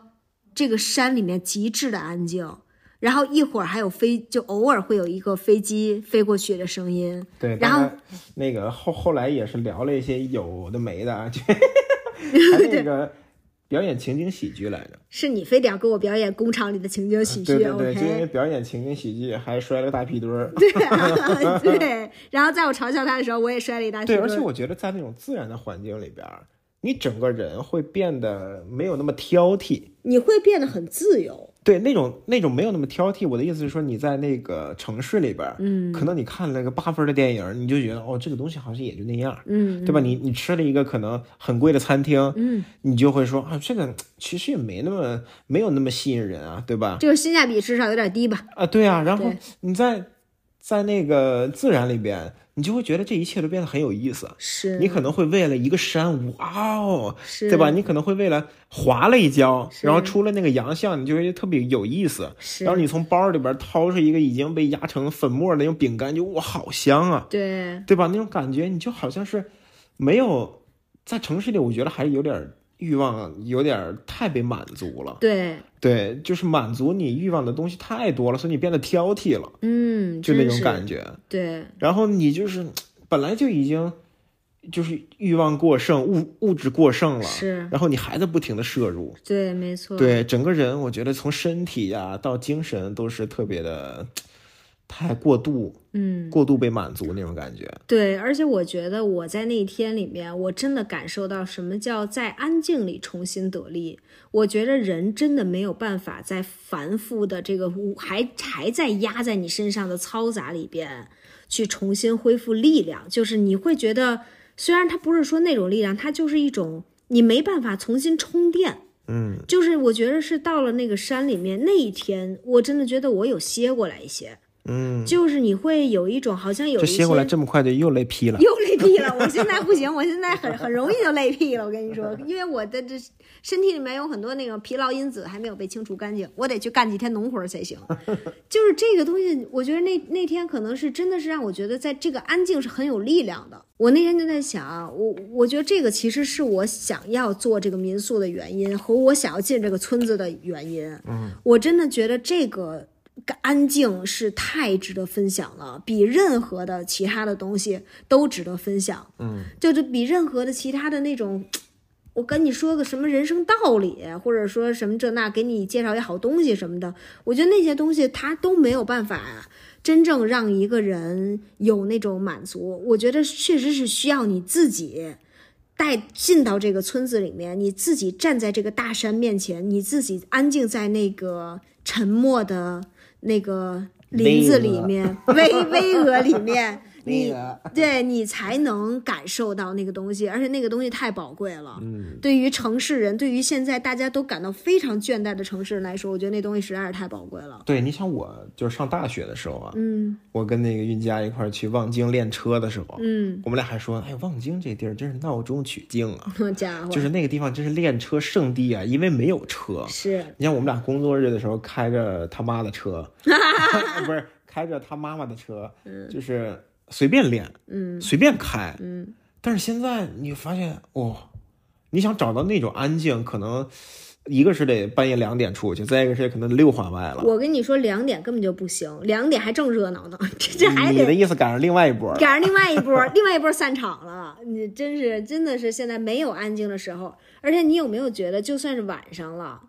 S1: 这个山里面极致的安静。然后一会儿还有飞，就偶尔会有一个飞机飞过去的声音。
S2: 对，
S1: 然后
S2: 当那个后后来也是聊了一些有的没的 啊，就还那个表演情景喜剧来着。
S1: 是你非得要给我表演工厂里的情景喜剧
S2: 啊对对对，就因为
S1: o
S2: 表演情景喜剧还摔了个大屁墩儿。
S1: k 对啊对。然后在我嘲笑他的时候，我也摔了一大
S2: 对，
S1: 屁
S2: 而
S1: 墩
S2: 且
S1: 儿
S2: 我觉得在那种自然的环境里边儿，你整个人会变得没有那么挑剔。
S1: 你会变得很自由。
S2: 对，那种那种没有那么挑剔。我的意思是说，你在那个城市里边，嗯，可能你看了个八分的电影，你就觉得哦，这个东西好像也就那样，
S1: 嗯，
S2: 对吧？你你吃了一个可能很贵的餐厅，嗯，你就会说啊，这个其实也没那么没有那么吸引人啊，对吧？
S1: 就是性价比至少有点低吧。
S2: 啊，对啊，然后
S1: 对
S2: 你在在那个自然里边，你就会觉得这一切都变得很有意思。
S1: 是
S2: 你可能会为了一个山，哇哦，
S1: 是
S2: 对吧？？你可能会为了滑了一跤，
S1: 是
S2: 然后出了那个洋相，你就会特别有意思。
S1: 是
S2: 然后你从包里边掏出一个已经被压成粉末的那种饼干，就哇，好香啊，
S1: 对，
S2: 对吧？那种感觉，你就好像是没有在城市里，我觉得还是有点欲望，啊有点太被满足了。
S1: 对，
S2: 对，就是满足你欲望的东西太多了，所以你变得挑剔了，
S1: 嗯，
S2: 就那
S1: 真
S2: 种
S1: 是
S2: 感觉。
S1: 对，
S2: 然后你就是本来就已经就是欲望过剩、物物质过剩了，
S1: 是，
S2: 然后你还在不停的摄入，
S1: 对，没错，，
S2: 对整个人，我觉得从身体呀、到精神都是特别的，太过度、
S1: 嗯，
S2: 过度被满足那种感觉。
S1: 对。而且我觉得我在那一天里面，我真的感受到什么叫在安静里重新得力。我觉得人真的没有办法在繁复的这个无还还在压在你身上的嘈杂里边去重新恢复力量，就是你会觉得，虽然它不是说那种力量，它就是一种你没办法重新充电。
S2: 嗯，
S1: 就是我觉得是到了那个山里面那一天，我真的觉得我有歇过来一些。
S2: 嗯，
S1: 就是你会有一种好像有
S2: 这
S1: 一
S2: 歇
S1: 些
S2: 过来这么快就又累劈了。
S1: 又累屁了。我现在不行，我现在很很容易就累屁了。我跟你说，因为我的这身体里面有很多那种疲劳因子还没有被清除干净，我得去干几天农活儿才行。就是这个东西，我觉得那那天可能是真的是让我觉得在这个安静是很有力量的。我那天就在想啊，我我觉得这个其实是我想要做这个民宿的原因和我想要进这个村子的原因。嗯，我真的觉得这个安静是太值得分享了，比任何的其他的东西都值得分享。嗯，就是比任何的其他的那种，我跟你说个什么人生道理，或者说什么这那，给你介绍一好东西什么的，我觉得那些东西它都没有办法真正让一个人有那种满足。我觉得确实是需要你自己。带进到这个村子里面，你自己站在这个大山面前，你自己安静在那个沉默的那个林子里面，巍巍峨里面，你对你才能感受到那个东西，而且那个东西太宝贵了。嗯，对于城市人，对于现在大家都感到非常倦怠的城市人来说，我觉得那东西实在是太宝贵了。
S2: 对，你想我就是上大学的时候啊，
S1: 嗯
S2: 我跟那个韵佳一块儿去望京练车的时候，
S1: 嗯，
S2: 我们俩还说，哎，望京这地儿真是闹中取静啊。
S1: 好家伙，
S2: 就是那个地方真是练车圣地啊，因为没有车。
S1: 是
S2: 你像我们俩工作日的时候，开着他妈的 车，不是开着他妈妈的车，就是随便练，
S1: 嗯
S2: 随便开。
S1: 嗯
S2: 但是现在你发现，哦，你想找到那种安静，可能一个是得半夜两点出去，再一个是可能六环外了。
S1: 我跟你说，两点根本就不行，两点还正热闹呢，这这还
S2: 你的
S1: 得
S2: 意思赶上另外一波了，
S1: 赶上另外一波， 另外一波散场了。你真是真的是现在没有安静的时候，而且你有没有觉得，就算是晚上了，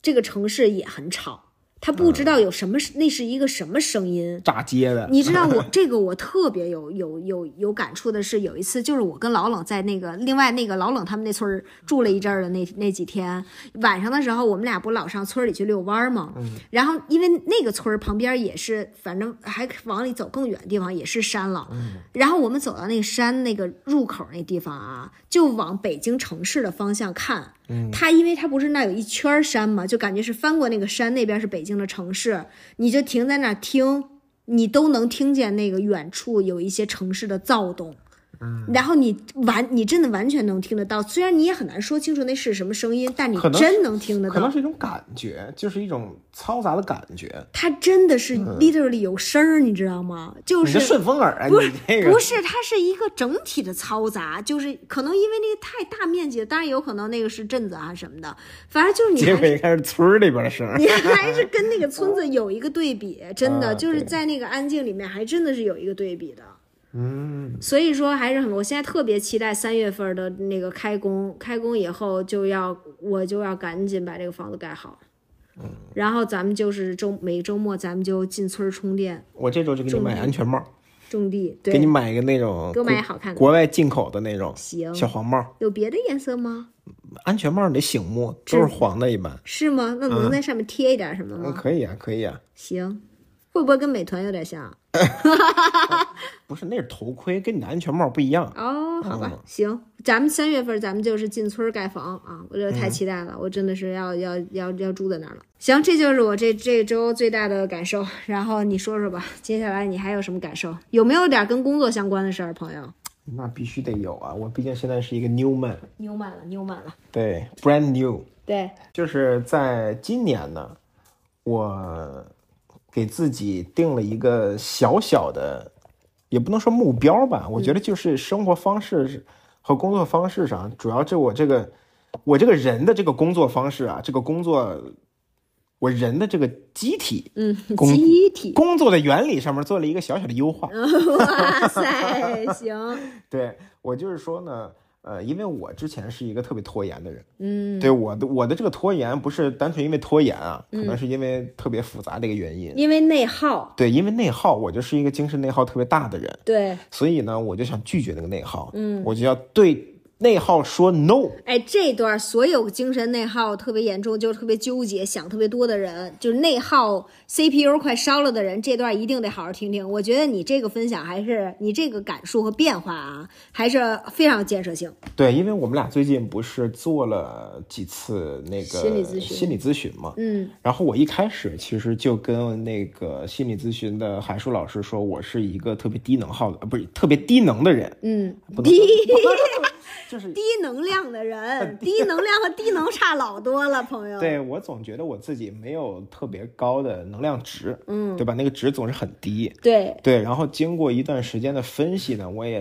S1: 这个城市也很吵，他不知
S2: 嗯
S1: 道有什么，那是一个什么声音。
S2: 炸街的，
S1: 你知道我这个我特别有有有有感触的是，有一次就是我跟老冷在那个另外那个老冷他们那村儿住了一阵儿的那那几天晚上的时候，我们俩不老上村里去遛弯儿吗？然后因为那个村儿旁边也是，反正还往里走更远的地方也是山了。然后我们走到那个山那个入口那地方啊，就往北京城市的方向看。它因为它不是那有一圈儿山嘛，就感觉是翻过那个山，那边是北京的城市，你就停在那儿听，你都能听见那个远处有一些城市的躁动。
S2: 嗯
S1: 然后你完，你真的完全能听得到，虽然你也很难说清楚那是什么声音，但你
S2: 可能
S1: 真能听得
S2: 可能
S1: 到。
S2: 是一种感觉，就是一种嘈杂的感觉。
S1: 它真的是 literally 有声儿，你知道吗？就
S2: 嗯你这
S1: 是
S2: 顺风耳啊，你这个
S1: 不是，它是一个整体的嘈杂，就是可能因为那个太大面积了，当然有可能那个是镇子啊什么的，反正就是你
S2: 结
S1: 还
S2: 果
S1: 是
S2: 一看是村儿里边的声 儿。
S1: 你还是跟那个村子有一个对比，真
S2: 啊
S1: 的就是
S2: 对
S1: 在那个安静里面，还真的是有一个对比的。
S2: 嗯，
S1: 所以说还是很，我现在特别期待三月份的那个开工，开工以后就要我就要赶紧把这个房子盖好。
S2: 嗯
S1: 然后咱们就是周每周末咱们就进村儿充电
S2: 我这周就给你买安全帽，
S1: 种地，
S2: 给你
S1: 对，
S2: 买一个那种
S1: 给我买一好看的
S2: 国外进口的那种
S1: 行。
S2: 小黄帽。
S1: 有别的颜色吗？
S2: 安全帽你得醒目，都是黄的，一般。
S1: 是吗？那能在上面贴一点什么
S2: 嗯，
S1: 吗？
S2: 可以啊，可以啊。
S1: 行，会不会跟美团有点像？
S2: 不是，那是头盔，跟你的安全帽不一样。
S1: 哦，好吧
S2: 嗯，
S1: 行，咱们三月份咱们就是进村儿盖房啊，我这太期待了，我真的是要要要要住在那儿了。行，这就是我这这周最大的感受。然后你说说吧，接下来你还有什么感受？有没有点跟工作相关的事儿，朋友？
S2: 那必须得有啊！我毕竟现在是一个 new man，
S1: 妞满了，妞满了。
S2: 对，brand new。
S1: 对，
S2: 就是在今年呢，我给自己定了一个小小的，也不能说目标吧，我觉得就是生活方式和工作方式上，主要是我这个我这个人的这个工作方式啊，这个工作我人的这个机体
S1: 嗯，
S2: 工
S1: 集体，
S2: 工作的原理上面做了一个小小的优化。
S1: 哇 塞，行，
S2: 对我就是说呢，呃，因为我之前是一个特别拖延的人。
S1: 嗯，
S2: 对我的我的这个拖延不是单纯因为拖延啊，可能是因为特别复杂的一个原因。
S1: 因为内耗，
S2: 对，因为内耗，我就是一个精神内耗特别大的人，
S1: 对，
S2: 所以呢，我就想拒绝那个内耗，嗯，我就要对内耗说 no。
S1: 哎，这段儿所有精神内耗特别严重，就是特别纠结、想特别多的人，就是内耗 CPU 快烧了的人，这段一定得好好听听。我觉得你这个分享还是你这个感受和变化啊，还是非常有建设性。
S2: 对，因为我们俩最近不是做了几次那个
S1: 心理咨询
S2: 心理咨询嘛，
S1: 嗯
S2: 然后我一开始其实就跟那个心理咨询的韩舒老师说，我是一个特别低能耗的，呃不是特别低能的人，
S1: 嗯，
S2: 不能
S1: 低
S2: 说 就是
S1: 低能量的人，低能量和低能差老多了，朋友。
S2: 对我总觉得我自己没有特别高的能量值，嗯，对吧？那个值总是很低。
S1: 对
S2: 对，然后经过一段时间的分析呢，我也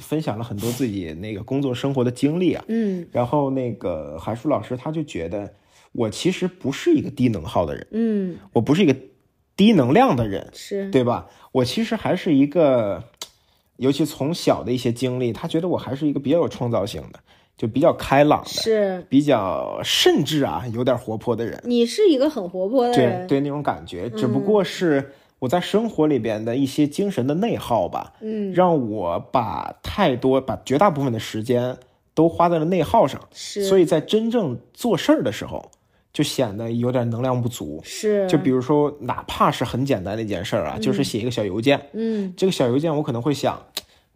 S2: 分享了很多自己那个工作生活的经历啊。
S1: 嗯
S2: 然后那个韩舒老师他就觉得我其实不是一个低能耗的人，
S1: 嗯，
S2: 我不是一个低能量的人，
S1: 是
S2: 对吧？我其实还是一个，尤其从小的一些经历，他觉得我还是一个比较有创造性的，就比较开朗的，
S1: 是，
S2: 比较甚至啊有点活泼的人。
S1: 你是一个很活泼的
S2: 对
S1: 人，
S2: 对那种感觉，只不过是我在生活里边的一些精神的内耗吧，
S1: 嗯，
S2: 让我把太多把绝大部分的时间都花在了内耗上，
S1: 是
S2: 所以在真正做事儿的时候，就显得有点能量不足。
S1: 是，
S2: 就比如说，哪怕是很简单的一件事儿啊，就是写一个小邮件，
S1: 嗯
S2: 这个小邮件我可能会想，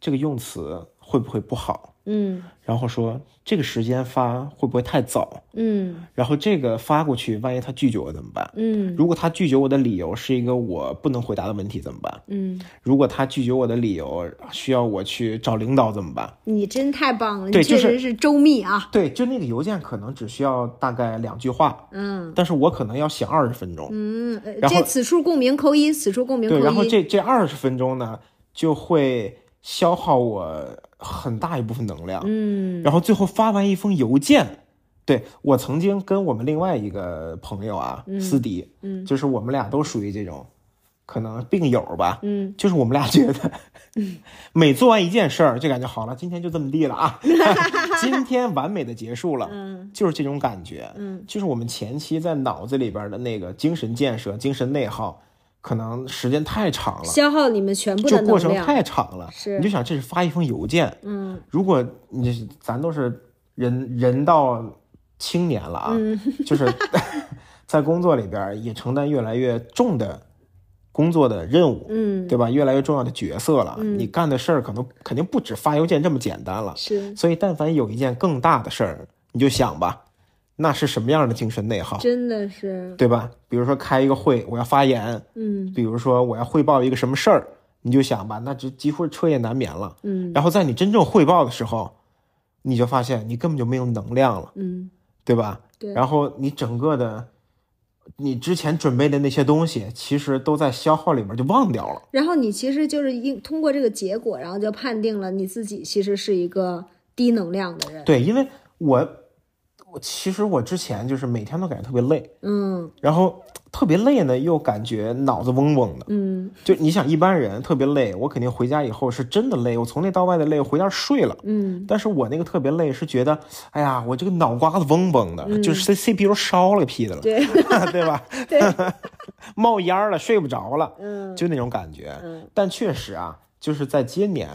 S2: 这个用词会不会不好，
S1: 嗯
S2: 然后说这个时间发会不会太早，
S1: 嗯
S2: 然后这个发过去，万一他拒绝我怎么办？
S1: 嗯
S2: 如果他拒绝我的理由是一个我不能回答的问题怎么办？
S1: 嗯，
S2: 如果他拒绝我的理由需要我去找领导怎么办？
S1: 你真太棒了，你
S2: 对
S1: 确
S2: 就是
S1: 实是周密啊。
S2: 对，就那个邮件可能只需要大概两句话，
S1: 嗯
S2: 但是我可能要想二十分钟。
S1: 嗯，呃
S2: 然后
S1: 这此处共鸣扣一，此处共鸣扣
S2: 对，
S1: 一。
S2: 然后这这二十分钟呢，就会消耗我很大一部分能量。
S1: 嗯
S2: 然后最后发完一封邮件。对我曾
S1: 嗯
S2: 经跟我们另外一个朋友啊，思迪，嗯，就是我们俩都属于这种，可能病友吧，
S1: 嗯，
S2: 就是我们俩觉得，每做完一件事儿就感觉好了，今天就这么地了啊， 今天完美的结束了，
S1: 嗯
S2: 就是这种感觉，
S1: 嗯
S2: 就是我们前期在脑子里边的那个精神建设、精神内耗，可能时间太长了，
S1: 消耗你们全部的
S2: 这过
S1: 能
S2: 程
S1: 量，
S2: 太长了，
S1: 是
S2: 你就想这是发一封邮件，
S1: 嗯
S2: 如果你咱都是人人到青年了啊，
S1: 嗯
S2: 就是 在工作里边儿也承担越来越重的工作的任务，
S1: 嗯，
S2: 对吧？越来越重要的角色了，
S1: 嗯
S2: 你干的事儿可能肯定不止发邮件这么简单了。
S1: 是
S2: 所以，但凡有一件更大的事儿，你就想吧，那是什么样的精神内耗，
S1: 真的是，
S2: 对吧？比如说开一个会，我要发言；
S1: 嗯
S2: 比如说我要汇报一个什么事儿，你就想吧，那这几乎是彻夜难眠了。
S1: 嗯
S2: 然后在你真正汇报的时候，你就发现你根本就没有能量了，
S1: 嗯，
S2: 对吧？
S1: 对
S2: 然后你整个的，你之前准备的那些东西，其实都在消耗里面就忘掉了。
S1: 然后你其实就是因通过这个结果，然后就判定了你自己其实是一个低能量的人，
S2: 对，因为我，我其实我之前就是每天都感觉特别累，
S1: 嗯
S2: 然后特别累呢，又感觉脑子嗡嗡的。
S1: 嗯
S2: 就你想，一般人特别累，我肯定回家以后是真的累，我从内到外的累，我回家睡了。
S1: 嗯
S2: 但是我那个特别累，是觉得，哎呀，我这个脑瓜子嗡嗡的，就是 C C P U 烧了个屁的了，
S1: 嗯对
S2: 对吧？
S1: 对，
S2: 冒烟儿了，睡不着了，
S1: 嗯
S2: 就那种感觉。
S1: 嗯
S2: 但确实啊，就是在今年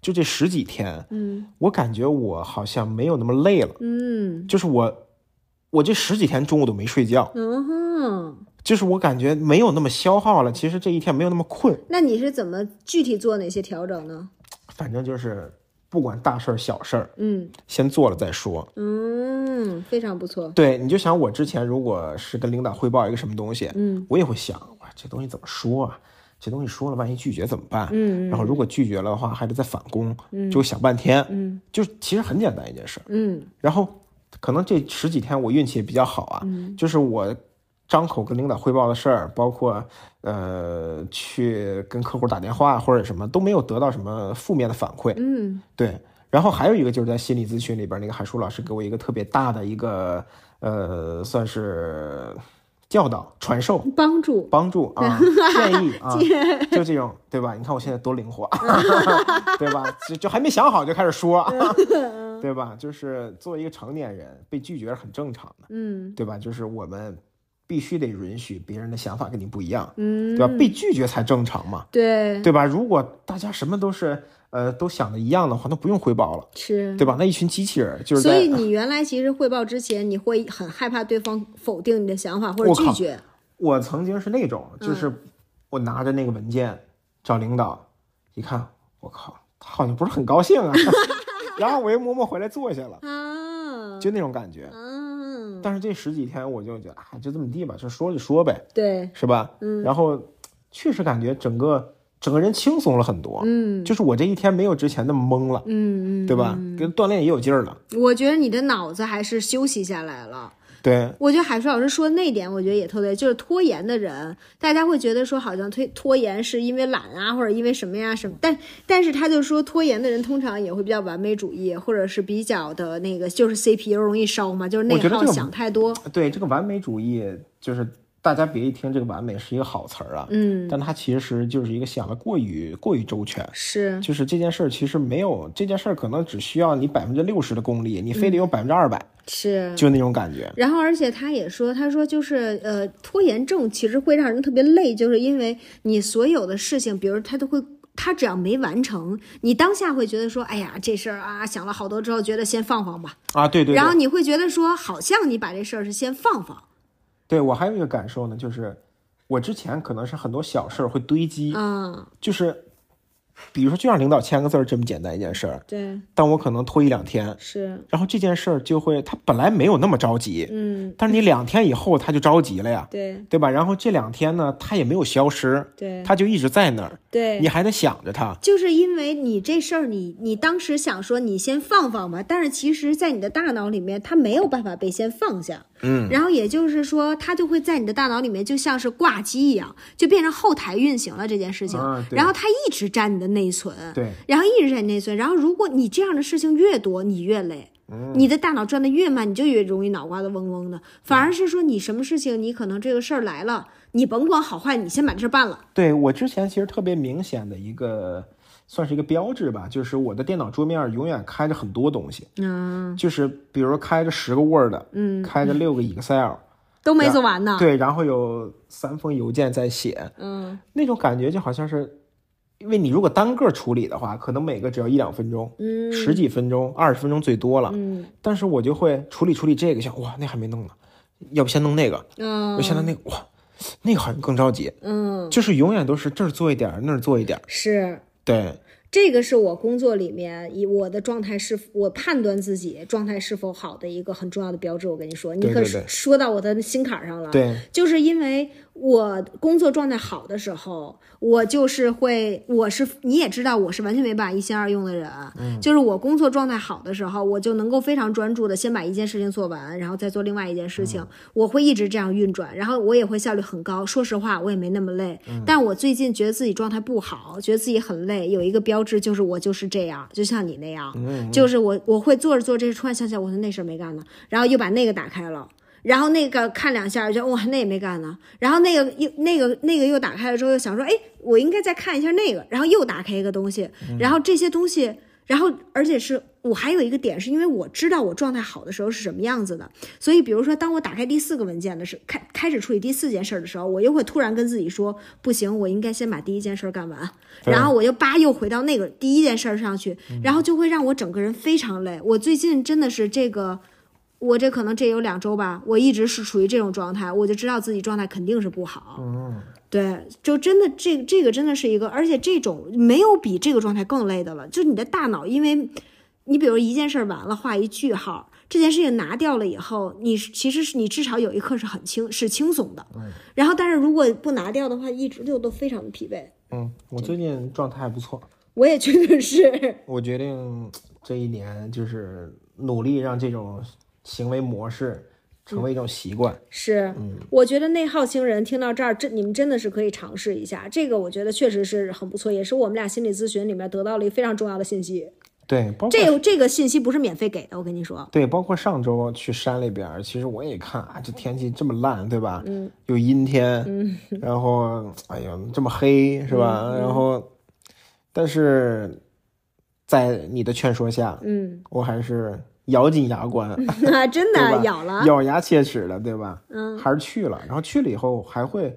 S2: 就这十几天，
S1: 嗯
S2: 我感觉我好像没有那么累了。
S1: 嗯
S2: 就是我，我这十几天中午都没睡觉，
S1: 嗯哼。
S2: 就是我感觉没有那么消耗了。其实这一天没有那么困，
S1: 那你是怎么具体做哪些调整呢？
S2: 反正就是不管大事儿小事儿，
S1: 嗯
S2: 先做了再说。
S1: 嗯，非常不错。
S2: 对，你就想我之前如果是跟领导汇报一个什么东西，
S1: 嗯
S2: 我也会想，哇，这东西怎么说啊？这东西说了，万一拒绝怎么办？
S1: 嗯
S2: 然后如果拒绝了的话，还得再返工，就会想半天。
S1: 嗯
S2: 就是其实很简单一件事儿。
S1: 嗯
S2: 然后可能这十几天我运气也比较好啊，就是我张口跟领导汇报的事儿，包括呃去跟客户打电话或者什么，都没有得到什么负面的反馈。
S1: 嗯
S2: 对，然后还有一个就是在心理咨询里边，那个海叔老师给我一个特别大的一个呃，算是教导、传授、
S1: 嗯，帮助。
S2: 帮助 啊，建议啊，就这种对吧？你看我现在多灵活， 对吧？就就还没想好就开始说，
S1: 嗯
S2: 对吧？就是作为一个成年人，被拒绝是很正常的，
S1: 嗯
S2: 对吧？就是我们必须得允许别人的想法跟你不一样，
S1: 嗯
S2: 对，吧？被拒绝才正常嘛，
S1: 对，
S2: 对吧？如果大家什么都是呃都想的一样的话，那不用汇报了，
S1: 是。
S2: 对吧？那一群机器人就
S1: 嗯
S2: 是
S1: 所以
S2: 在。
S1: 你原来其实汇报之前，你会很害怕对方否定你的想法或者
S2: 我
S1: 拒
S2: 靠
S1: 绝。
S2: 我曾经是那种，
S1: 嗯
S2: 就是我拿着那个文件找领导，一看，我靠，他好像不是很高兴啊， 然后我又默默回来坐下了，
S1: 啊，
S2: 就那种感觉。
S1: 嗯，
S2: 但是这十几天我就觉得，哎，就这么地吧，就说就说呗，
S1: 对，
S2: 是吧？嗯。然后确实感觉整个整个人轻松了很多，
S1: 嗯
S2: 就是我这一天没有之前那么懵了，
S1: 嗯
S2: 对吧？跟锻炼也有劲儿了，
S1: 嗯，我觉得你的脑子还是休息下来了。
S2: 对。
S1: 我觉得海叔老师说那点，我觉得也特对，就是拖延的人，大家会觉得说好像推拖延是因为懒啊，或者因为什么呀什么，但但是他就说拖延的人通常也会比较完美主义，或者是比较的那个就是 CPU 容易烧嘛，就是内
S2: 我觉得
S1: 耗
S2: 这个
S1: 想太多。
S2: 对这个完美主义，就是大家别一听这个完美是一个好词儿啊，
S1: 嗯，
S2: 但它其实就是一个想的过于过于周全。
S1: 是，
S2: 就是这件事儿，其实没有这件事儿，可能只需要你百分之六十的功力，你
S1: 嗯
S2: 非得有百分之二百，
S1: 是。
S2: 就那种感觉。
S1: 然后，而且他也说，他说就是呃，拖延症其实会让人特别累，就是因为你所有的事情，比如他都会。他只要没完成，你当下会觉得说，哎呀，这事儿啊，想了好多之后，觉得先放放吧。
S2: 啊，对对
S1: 然后
S2: 对，
S1: 你会觉得说，好像你把这事儿是先放放，
S2: 对我还有一个感受呢，就是我之前可能是很多小事儿会堆积，
S1: 嗯，
S2: 就是比如说就让领导签个字儿这么简单一件事儿，
S1: 对，
S2: 但我可能拖一两天，
S1: 是，
S2: 然后这件事儿就会，他本来没有那么着急，
S1: 嗯，
S2: 但是你两天以后他就着急了呀，
S1: 对，
S2: 对吧？然后这两天呢，他也没有消失，
S1: 对，
S2: 他就一直在那儿，
S1: 对
S2: 你，还得想着他。
S1: 就是因为你这事儿，你你当时想说你先放放吧，但是其实，在你的大脑里面，它没有办法被先放下。嗯，然后也就是说，它就会在你的大脑里面，就像是挂机一样，就变成后台运行了这件事情。
S2: 啊对
S1: 然后它一直占你的内存，
S2: 对
S1: 然后一直占你内存。然后如果你这样的事情越多，你越累。
S2: 嗯
S1: 你的大脑转得越慢，你就越容易脑瓜子嗡嗡的。反而是说你什么事情，你可能这个事儿来了，你甭管好坏，你先把这事儿办了。
S2: 对我之前其实特别明显的一个，算是一个标志吧，就是我的电脑桌面永远开着很多东西，
S1: 嗯，
S2: 就是比如开着十个 Word，
S1: 嗯，啊
S2: 开着六个 Excel，
S1: 都没做完呢。
S2: 对，然后有三封邮件在写，
S1: 嗯
S2: 那种感觉就好像是，因为你如果单个处理的话，可能每个只要一两分钟，
S1: 嗯
S2: 十几分钟、二十分钟最多了。
S1: 嗯
S2: 但是我就会处理处理这个，想哇，那还没弄呢，要不先弄那个，
S1: 嗯
S2: 要先弄那个，哇，那个好像更着急，
S1: 嗯，
S2: 就是永远都是这儿做一点儿，那儿做一点儿。
S1: 是。嗯
S2: 对，
S1: 这个是我工作里面以我的状态是我判断自己状态是否好的一个很重要的标志。我跟你说，你
S2: 对
S1: 可
S2: 对
S1: 说
S2: 对
S1: 说到我的心坎儿上了。
S2: 对，
S1: 就是因为我工作状态好的时候，我就是会，我是你也知道，我是完全没把一心二用的人。嗯，就是我工作状态好的时候，我就能够非常专注的先把一件事情做完，然后再做另外一件事情，我会一直这样运转，然后我也会效率很高。说实话，我也没那么累。但我最近觉得自己状态不好，觉得自己很累，有一个标志就是我就是这样，就像你那样，就是我我会做着做着，突然想起来我说那事儿没干呢，然后又把那个打开了。然后那个看两下，就哇，那也没干呢。然后那个又那个那个又打开了之后，又想说，哎，我应该再看一下那个。然后又打开一个东西，然后这些东西，然后而且是我还有一个点，是因为我知道我状态好的时候是什么样子的，所以比如说当我打开第四个文件的时候，开开始处理第四件事儿的时候，我又会突然跟自己说，不行，我应该先把第一件事儿干完。
S2: 对
S1: 然后我又叭又回到那个第一件事儿上去，然后就会让我整个人非常累。我最近真的是这个。我这可能这有两周吧，我一直是处于这种状态，我就知道自己状态肯定是不好。
S2: 嗯，
S1: 对，就真的这这个真的是一个，而且这种没有比这个状态更累的了。就你的大脑，因为你比如一件事儿完了画一句号，这件事情拿掉了以后，你是其实是你至少有一刻是很轻是轻松的。然后，但是如果不拿掉的话，一直就都非常的疲惫。
S2: 嗯，我最近状态还不错，
S1: 我也觉得是，
S2: 我决定这一年就是努力让这种行为模式成为一种习惯。
S1: 是，
S2: 嗯
S1: 我觉得内耗星人听到这儿，这你们真的是可以尝试一下，这个我觉得确实是很不错，也是我们俩心理咨询里面得到了一个非常重要的信息。
S2: 对，包括
S1: 这个这个信息不是免费给的，我跟你 说，
S2: 对，包括上周啊去山里边儿，其实我也看啊，这天气这么烂，对吧？嗯，又阴天，嗯，然后哎呀，这么黑是吧？然后，但是在你的劝说下，
S1: 嗯，
S2: 我还是咬紧牙关，
S1: 啊、真
S2: 对吧
S1: 的？咬了，
S2: 咬牙切齿的，对吧？
S1: 嗯
S2: 还是去了，然后去了以后还会，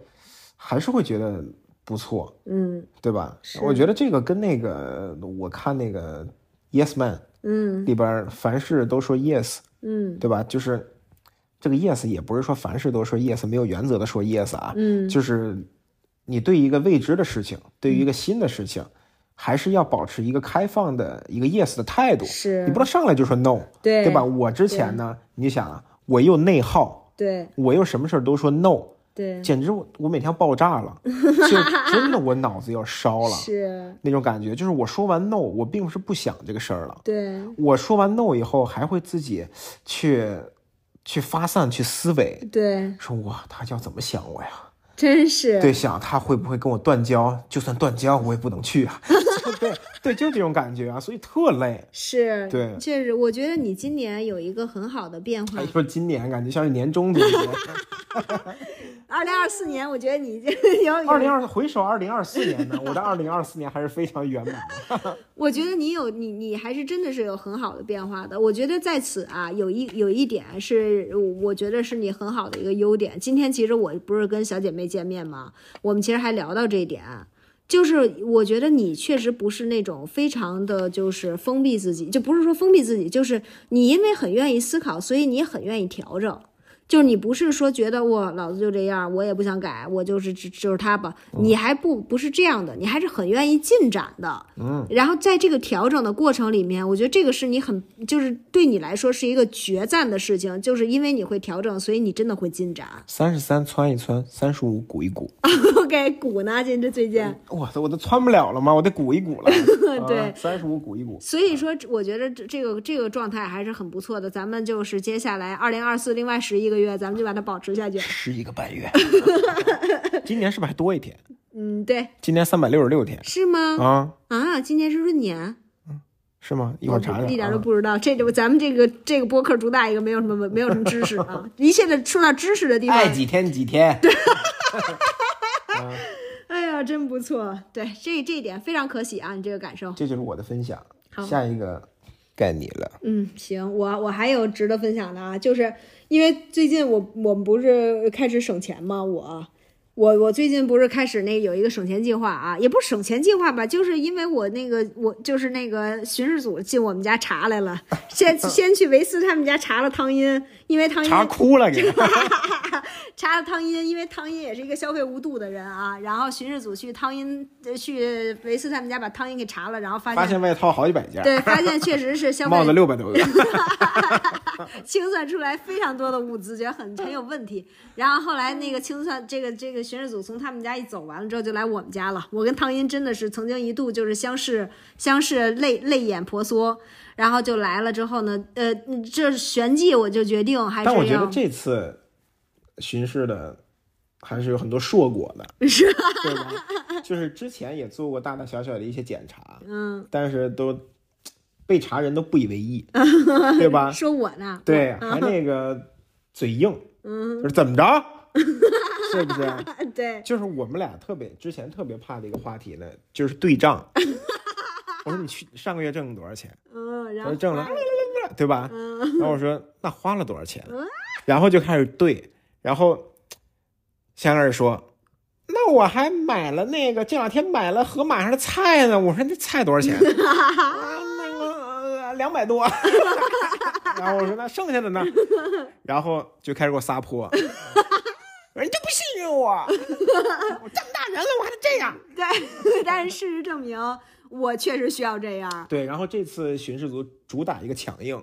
S2: 还是会觉得不错，
S1: 嗯
S2: 对吧？我觉得这个跟那个我看那个 Yes Man
S1: 嗯
S2: 里边儿，凡事都说 Yes。
S1: 嗯
S2: 对吧？就是这个 yes 也不是说凡事都说 yes，没有原则的说 yes 啊，
S1: 嗯，
S2: 就是你对一个未知的事情，对于一个新的事情，还是要保持一个开放的一个 yes 的态度，
S1: 是
S2: 你不能上来就说 no，
S1: 对
S2: 对吧？？我之前呢，你想啊，我又内耗，
S1: 对
S2: 我又什么事儿都说 no，
S1: 对，
S2: 简直我我每天爆 炸了，就真的我脑子要烧了。
S1: 是，
S2: 那种感觉就是我说完 no，我并不是不想这个事儿了，
S1: 对
S2: 我说完 no 以后，还会自己去去发散、去思维，
S1: 对，
S2: 说哇，他要怎么想我呀？
S1: 真是，
S2: 对，想他会不会跟我断交？就算断交，我也不能去啊。 就对对，就是这种感觉啊，所以特累。
S1: 是，
S2: 对哎
S1: 确实，我觉得你今年有一个很好的变化
S2: 还。说今年感觉像是年终总结，
S1: 二零二四年，我觉得你这 有有
S2: 二零二回首二零二四年呢，我的二零二四年还是非常圆满的。
S1: 我觉得你有你你还是真的是有很好的变化的。我觉得在此啊，有一有一点是我我觉得是你很好的一个优点。今天其实我不是跟小姐妹见面吗？我们其实还聊到这一点。啊就是我觉得你确实不是那种非常的就是封闭自己，就不是说封闭自己，就是你因为很愿意思考，所以你也很愿意调整。就是你不是说觉得我老子就这样，我也不想改，我就是只就是他吧，你还不不是这样的，你还是很愿意进展的。嗯，然后在这个调整的过程里面，我觉得这个是你很就是对你来说是一个决战的事情，就是因为你会调整，所以你真的会进展。
S2: 三十三窜一窜，三十五鼓一鼓。
S1: OK，鼓呢？今这最近。
S2: 我都我都窜不了了吗？我得鼓一鼓了。啊
S1: 对
S2: 三十五鼓一鼓。
S1: 所以说，我觉得这这个这个状态还是很不错的。咱们就是接下来二零二四另外十一个月，咱们就把它保持下去。
S2: 十一个半月， 今年是不是还多一天？
S1: 嗯，对，
S2: 今年三百六十六天
S1: 是吗？
S2: 啊，
S1: 啊，今年是闰年，
S2: 是吗？一会儿查查。
S1: 一点
S2: 啊
S1: 都不知道，这就咱们这个这个播客主打一个没有什么没有什么知识 啊。一切的说到知识的地方，
S2: 爱几天几天。
S1: 哎呀，真不错。对，这这一点非常可喜啊，你这个感受。
S2: 这就是我的分享。
S1: 好
S2: 下一个该你了。
S1: 嗯，行，我我还有值得分享的啊，就是因为最近我我们不是开始省钱吗？我我我最近不是开始那有一个省钱计划啊，也不是省钱计划吧，就是因为我那个我就是那个巡视组进我们家查来了，先先去维斯他们家查了汤阴，因为汤阴
S2: 查哭了给，
S1: 查了汤阴，因为汤阴也是一个消费无度的人啊。然后巡视组去汤阴呃去维斯他们家把汤阴给查了，然后发现
S2: 发现外套好几百件，
S1: 对，发现确实是消
S2: 帽子
S1: 费
S2: 六百多个。
S1: 清算出来非常多的物资，觉得很很有问题。然后后来那个清算这个这个巡视组从他们家一走完了之后，就来我们家了。我跟汤阴真的是曾经一度就是相视相视泪泪眼婆娑，然后就来了之后呢，呃，这玄计我就决定还是
S2: 但我觉得
S1: 要
S2: 这次巡视的还是有很多硕果的，
S1: 是吧
S2: 对吧？就是之前也做过大大小小的一些检查，
S1: 嗯，
S2: 但是都被查人都不以 为意，对吧？
S1: 说我呢，
S2: 啊对，还那个嘴硬，
S1: 嗯，
S2: 就是怎么着，是不是？
S1: 对，
S2: 就是我们俩特别之前特别怕的一个话题呢，就是对账。我说你去上个月挣了多少钱？
S1: 嗯，
S2: 他
S1: 然后
S2: 说挣了，对吧？
S1: 嗯，
S2: 然后我说那花了多少钱？啊然后就开始对，然后香儿说，那我还买了那个这两天买了河马上的菜呢。我说那菜多少钱？啊，那 个两百多。然后我说那剩下的呢？然后就开始给我撒 泼。人家不信任我，我这么大人了，我还得这样。
S1: 对，但 是事实证明，我确实需要这样。
S2: 对，然后这次巡视组主打一个强 硬，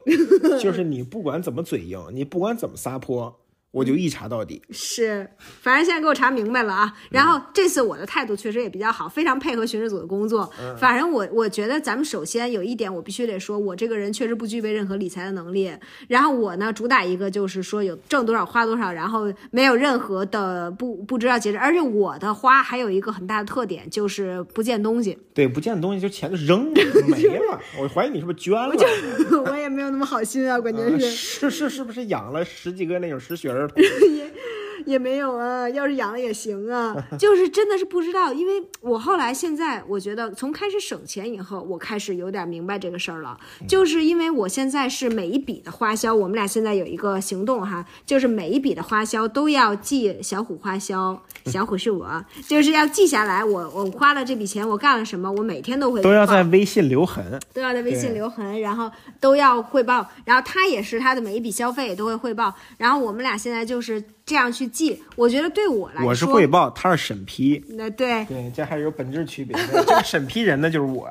S2: 就是你不管怎么嘴硬，你不管怎么撒泼，我就一查到底。
S1: 嗯是，反正现在给我查明白了啊。然后这次我的态度确实也比较好，非常配合巡视组的工作。反正我我觉得咱们首先有一点我必须得说，我这个人确实不具备任何理财的能力。然后我呢主打一个就是说有挣多少花多少，然后没有任何的不不知道节制。而且我的花还有一个很大的特点就是不见东西，
S2: 对，不见的东西就钱就扔了，就没了。我怀疑你是不是捐了？
S1: 我也没有那么好心啊，关键
S2: 啊
S1: 是。
S2: 是是是不是养了十几个那种拾雪儿 童？
S1: 也没有啊，要是养了也行 啊，就是真的是不知道，因为我后来现在我觉得从开始省钱以后，我开始有点明白这个事儿了，就是因为我现在是每一笔的花销，我们俩现在有一个行动哈，就是每一笔的花销都要记小虎花 销，小虎是我，就是要记下来我我花了这笔钱，我干了什么，我每天都会
S2: 都要
S1: 报
S2: 在微信留痕。
S1: 都要在微信
S2: 对
S1: 留痕，然后都要汇报，然后他也是他的每一笔消费也都会汇报，然后我们俩现在就是这样去记，我觉得对我来说，
S2: 我是汇报，他是审批。
S1: 那对
S2: 对，这还是有本质区别的。这个审批人呢，就是我。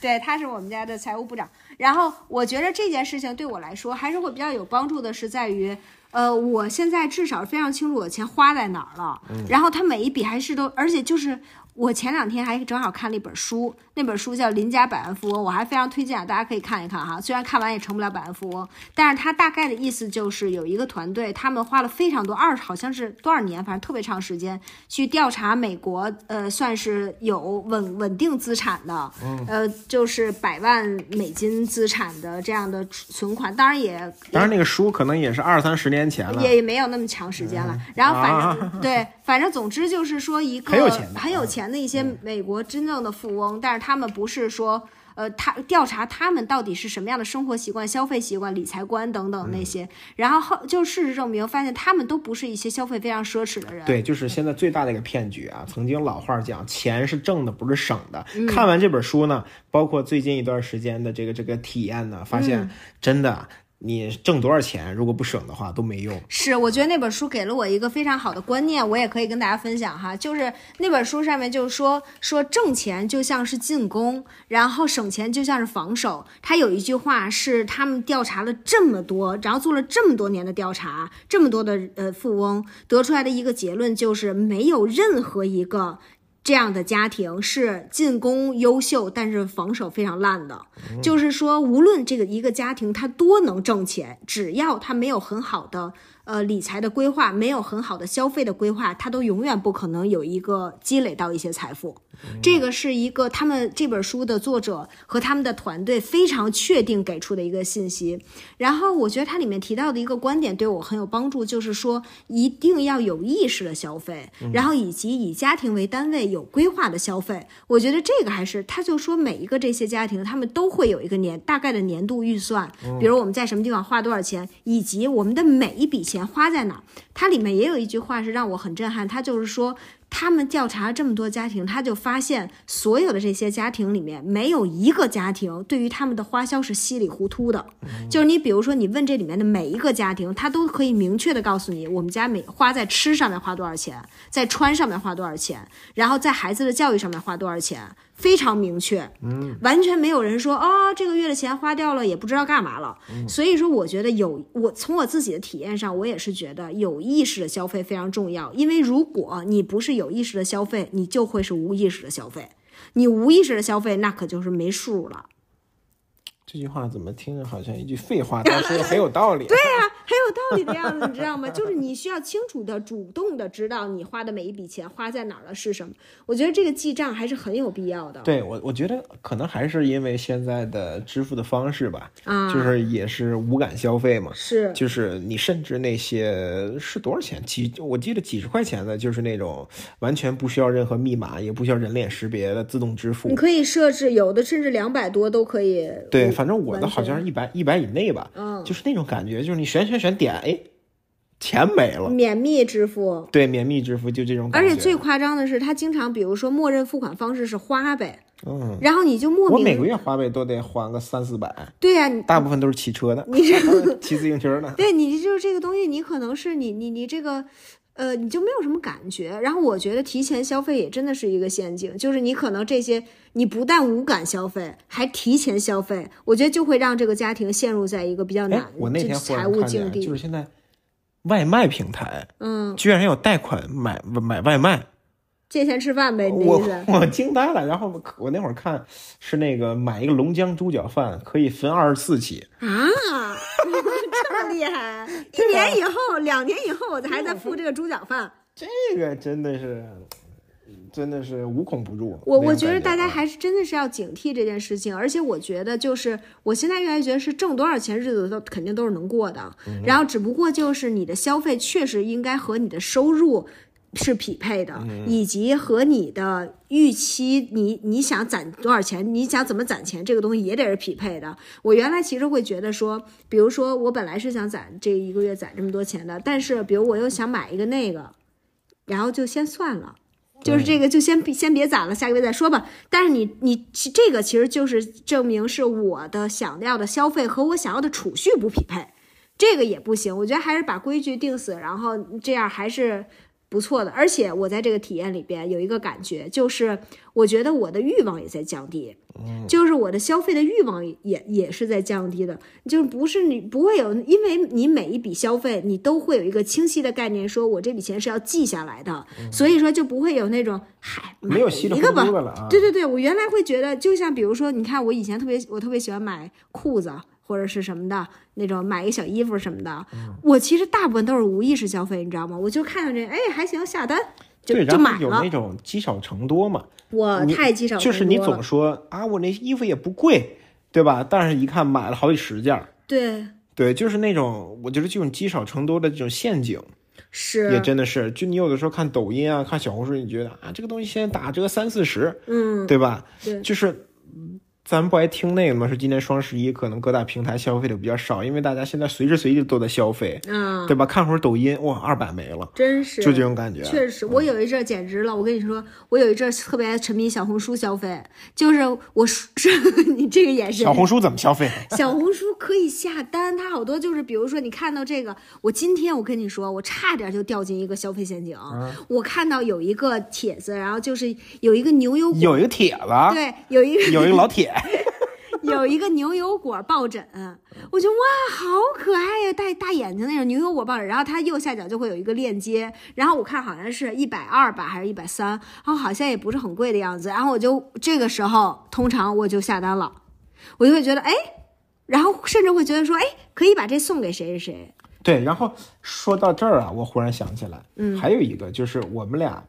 S1: 对，他是我们家的财务部长，然后我觉得这件事情对我来说还是会比较有帮助的，是在于。呃，我现在至少非常清楚我的钱花在哪儿了，
S2: 嗯
S1: 然后他每一笔还是都，而且就是我前两天还正好看了一本书，那本书叫《邻家百万富翁》，我还非常推荐啊大家可以看一看哈。虽然看完也成不了百万富翁，但是它大概的意思就是有一个团队，他们花了非常多二好像是多少年，反正特别长时间去调查美国呃算是有稳稳定资产的，呃就是百万美金资产的这样的存款，当然也
S2: 当然，那个书可能也是二三十年前了。 嗯啊
S1: 也也没有那么长时间了。然后反正、对，反正总之就是说一个
S2: 很有钱的嗯
S1: 很有钱的一些美国真正的富翁，但是他们不是说。呃，他调查他们到底是什么样的生活习惯、消费习惯、理财观等等
S2: 嗯
S1: 那些，然后后就事实证明，发现他们都不是一些消费非常奢侈的人。
S2: 对，就是现在最大的一个骗局啊！曾经老话讲，钱是挣的，不是省的。看完这本书呢，包括最近一段时间的这个这个体验呢，发现真的，啊你挣多少钱，如果不省的话都没用。
S1: 是，我觉得那本书给了我一个非常好的观念，我也可以跟大家分享哈。就是那本书上面就是说，说挣钱就像是进攻，然后省钱就像是防守。他有一句话是他们调查了这么多，然后做了这么多年的调查，这么多的呃富翁得出来的一个结论就是，没有任何一个这样的家庭是进攻优秀，但是防守非常烂的。就是说，无论这个一个家庭他多能挣钱，只要他没有很好的呃理财的规划，没有很好的消费的规划，他都永远不可能有一个积累到一些财富。这个是一个他们这本书的作者和他们的团队非常确定给出的一个信息。然后我觉得它里面提到的一个观点对我很有帮助，就是说一定要有意识的消费，然后以及以家庭为单位有规划的消费。我觉得这个还是他就说每一个这些家庭他们都会有一个年大概的年度预算，比如我们在什么地方花多少钱，以及我们的每一笔钱花在哪儿。它里面也有一句话是让我很震撼，它就是说。他们调查了这么多家庭，他就发现所有的这些家庭里面，没有一个家庭对于他们的花销是稀里糊涂的。就是你比如说，你问这里面的每一个家庭，他都可以明确的告诉你，我们家每花在吃上面花多少钱，在穿上面花多少钱，然后在孩子的教育上面花多少钱，非常明确。嗯，完全没有人说哦，这个月的钱花掉了，也不知道干嘛了。所以说，我觉得有我从我自己的体验上，我也是觉得有意识的消费非常重要，因为如果你不是有意识的消费，你就会是无意识的消费。你无意识的消费，那可就是没数了。
S2: 这句话怎么听着好像一句废 话，但是又很有道理。对
S1: 啊，很有道理的样子，你知道吗？就是你需要清楚的、主动的知道你花的每一笔钱花在哪儿了是什么。我觉得这个记账还是很有必要的。
S2: 对我，我觉得可能还是因为现在的支付的方式吧，
S1: 啊
S2: 就是也是无感消费嘛，
S1: 是
S2: 就是你甚至那些是多少钱几，我记得几十块钱的，就是那种完全不需要任何密码，也不需要人脸识别的自动支付
S1: 你。可以设置有的甚至两百多都可以。
S2: 对，反正我
S1: 完
S2: 的好
S1: 全
S2: 像是一百一百以内吧，
S1: 嗯，
S2: 就是那种感觉，就是你选选选点，哎，钱没了。
S1: 免密支付。
S2: 对，免密支付就这种感
S1: 而
S2: 觉。
S1: 且最夸张的是，他经常比如说默认付款方式是花呗，
S2: 嗯，
S1: 然后你就莫
S2: 我每个
S1: 名
S2: 月花呗都得还个三四百，
S1: 对呀、 你
S2: 大部分都是骑车 的，
S1: 你这
S2: 骑自行车的。
S1: 对你就是这个东西，你可能是你你你这个。呃，你就没有什么感觉。然后我觉得提前消费也真的是一个陷阱，就是你可能这些，你不但无感消费，还提前消费，我觉得就会让这个家庭陷入在一个比较
S2: 哎
S1: 难，
S2: 我那
S1: 就
S2: 天忽
S1: 财
S2: 然
S1: 务
S2: 看
S1: 境
S2: 见，啊
S1: 地。
S2: 就是现在外卖平台
S1: 嗯，
S2: 居然有贷款买买外卖，
S1: 借钱吃饭呗，你的
S2: 我
S1: 意思？
S2: 我惊呆了。然后我我那会儿看是那个买一个龙江猪脚饭可以分二十四期，
S1: 啊，这么厉害！一年以后、两年以后，我还在付这个猪脚饭。
S2: 这个真的是真的是无孔不入。
S1: 我
S2: 那
S1: 我
S2: 种
S1: 觉得大
S2: 感
S1: 家
S2: 啊
S1: 还是真的是要警惕这件事情，而且我觉得就是我现在越来越觉得是挣多少钱日子都肯定都是能过的，
S2: 嗯
S1: 然后只不过就是你的消费确实应该和你的收入。是匹配的，
S2: 嗯
S1: 以及和你的预期，你你想攒多少钱，你想怎么攒钱，这个东西也得是匹配的。我原来其实会觉得说，比如说我本来是想攒这一个月攒这么多钱的，但是比如我又想买一个那个，然后就先算了。就是这个，就先别先别攒了，下个月再说吧。但是你你其这个其实就是证明是我的想要的消费和我想要的储蓄不匹配，这个也不行。我觉得还是把规矩定死，然后这样还是不错的。而且我在这个体验里边有一个感觉，就是我觉得我的欲望也在降低，
S2: 嗯
S1: 就是我的消费的欲望也也是在降低的。就是不是你不会有，因为你每一笔消费，你都会有一个清晰的概念，说我这笔钱是要记下来的，所以说就不会有那种嗨，买
S2: 嗯没有稀里
S1: 一
S2: 糊
S1: 个吧
S2: 涂的了啊。
S1: 对对对，我原来会觉得，就像比如说，你看我以前特别，我特别喜欢买裤子或者是什么的那种，买一个小衣服什么的。
S2: 嗯
S1: 我其实大部分都是无意识消费，你知道吗？我就看到这，哎，还行，下单就
S2: 对，
S1: 就
S2: 然后
S1: 买
S2: 有那
S1: 了。
S2: 种积少成多嘛，
S1: 我
S2: 你
S1: 太积少
S2: 就是
S1: 成
S2: 你
S1: 多
S2: 总
S1: 了
S2: 说啊，我那衣服也不贵，对吧？但是一看买了好几十件儿，
S1: 对
S2: 对，就是那种我觉得这种积少成多的这种陷阱，也
S1: 是，
S2: 真的是，就你有的时候看抖音啊，看小红书，你觉得啊，这个东西现在打折三四十，
S1: 嗯，
S2: 对吧？
S1: 对
S2: 就是嗯咱们不还听那个吗？说今年双十一可能各大平台消费的比较少，因为大家现在随时随地都在消费，
S1: 啊，
S2: 对吧？看会儿抖音，哇，二百没了，
S1: 真是
S2: 就这嗯种感觉。
S1: 确实，我有一阵儿简直了，我跟你说，我有一阵儿特别沉迷小红书消费，就是我是 你这个眼神
S2: 小，红书怎么消费？
S1: 小红书可以下单，它好多就是，比如说你看到这个，我今天我跟你说，我差点就掉进一个消费陷阱。
S2: 嗯
S1: 我看到有一个帖子，然后就是有一个牛油果，
S2: 有一个帖子啊，
S1: 对，有一个
S2: 有一个老铁，
S1: 有一个牛油果抱枕，我就哇，好可爱呀、大大眼睛那种牛油果抱枕。然后它右下角就会有一个链接，然后我看好像是一百二吧，还是一百三，然后好像也不是很贵的样子。然后我就这个时候，通常我就下单了，我就会觉得哎，然后甚至会觉得说哎，可以把这送给谁谁谁。
S2: 对，然后说到这儿啊，我忽然想起来，
S1: 嗯
S2: 还有一个就是我们俩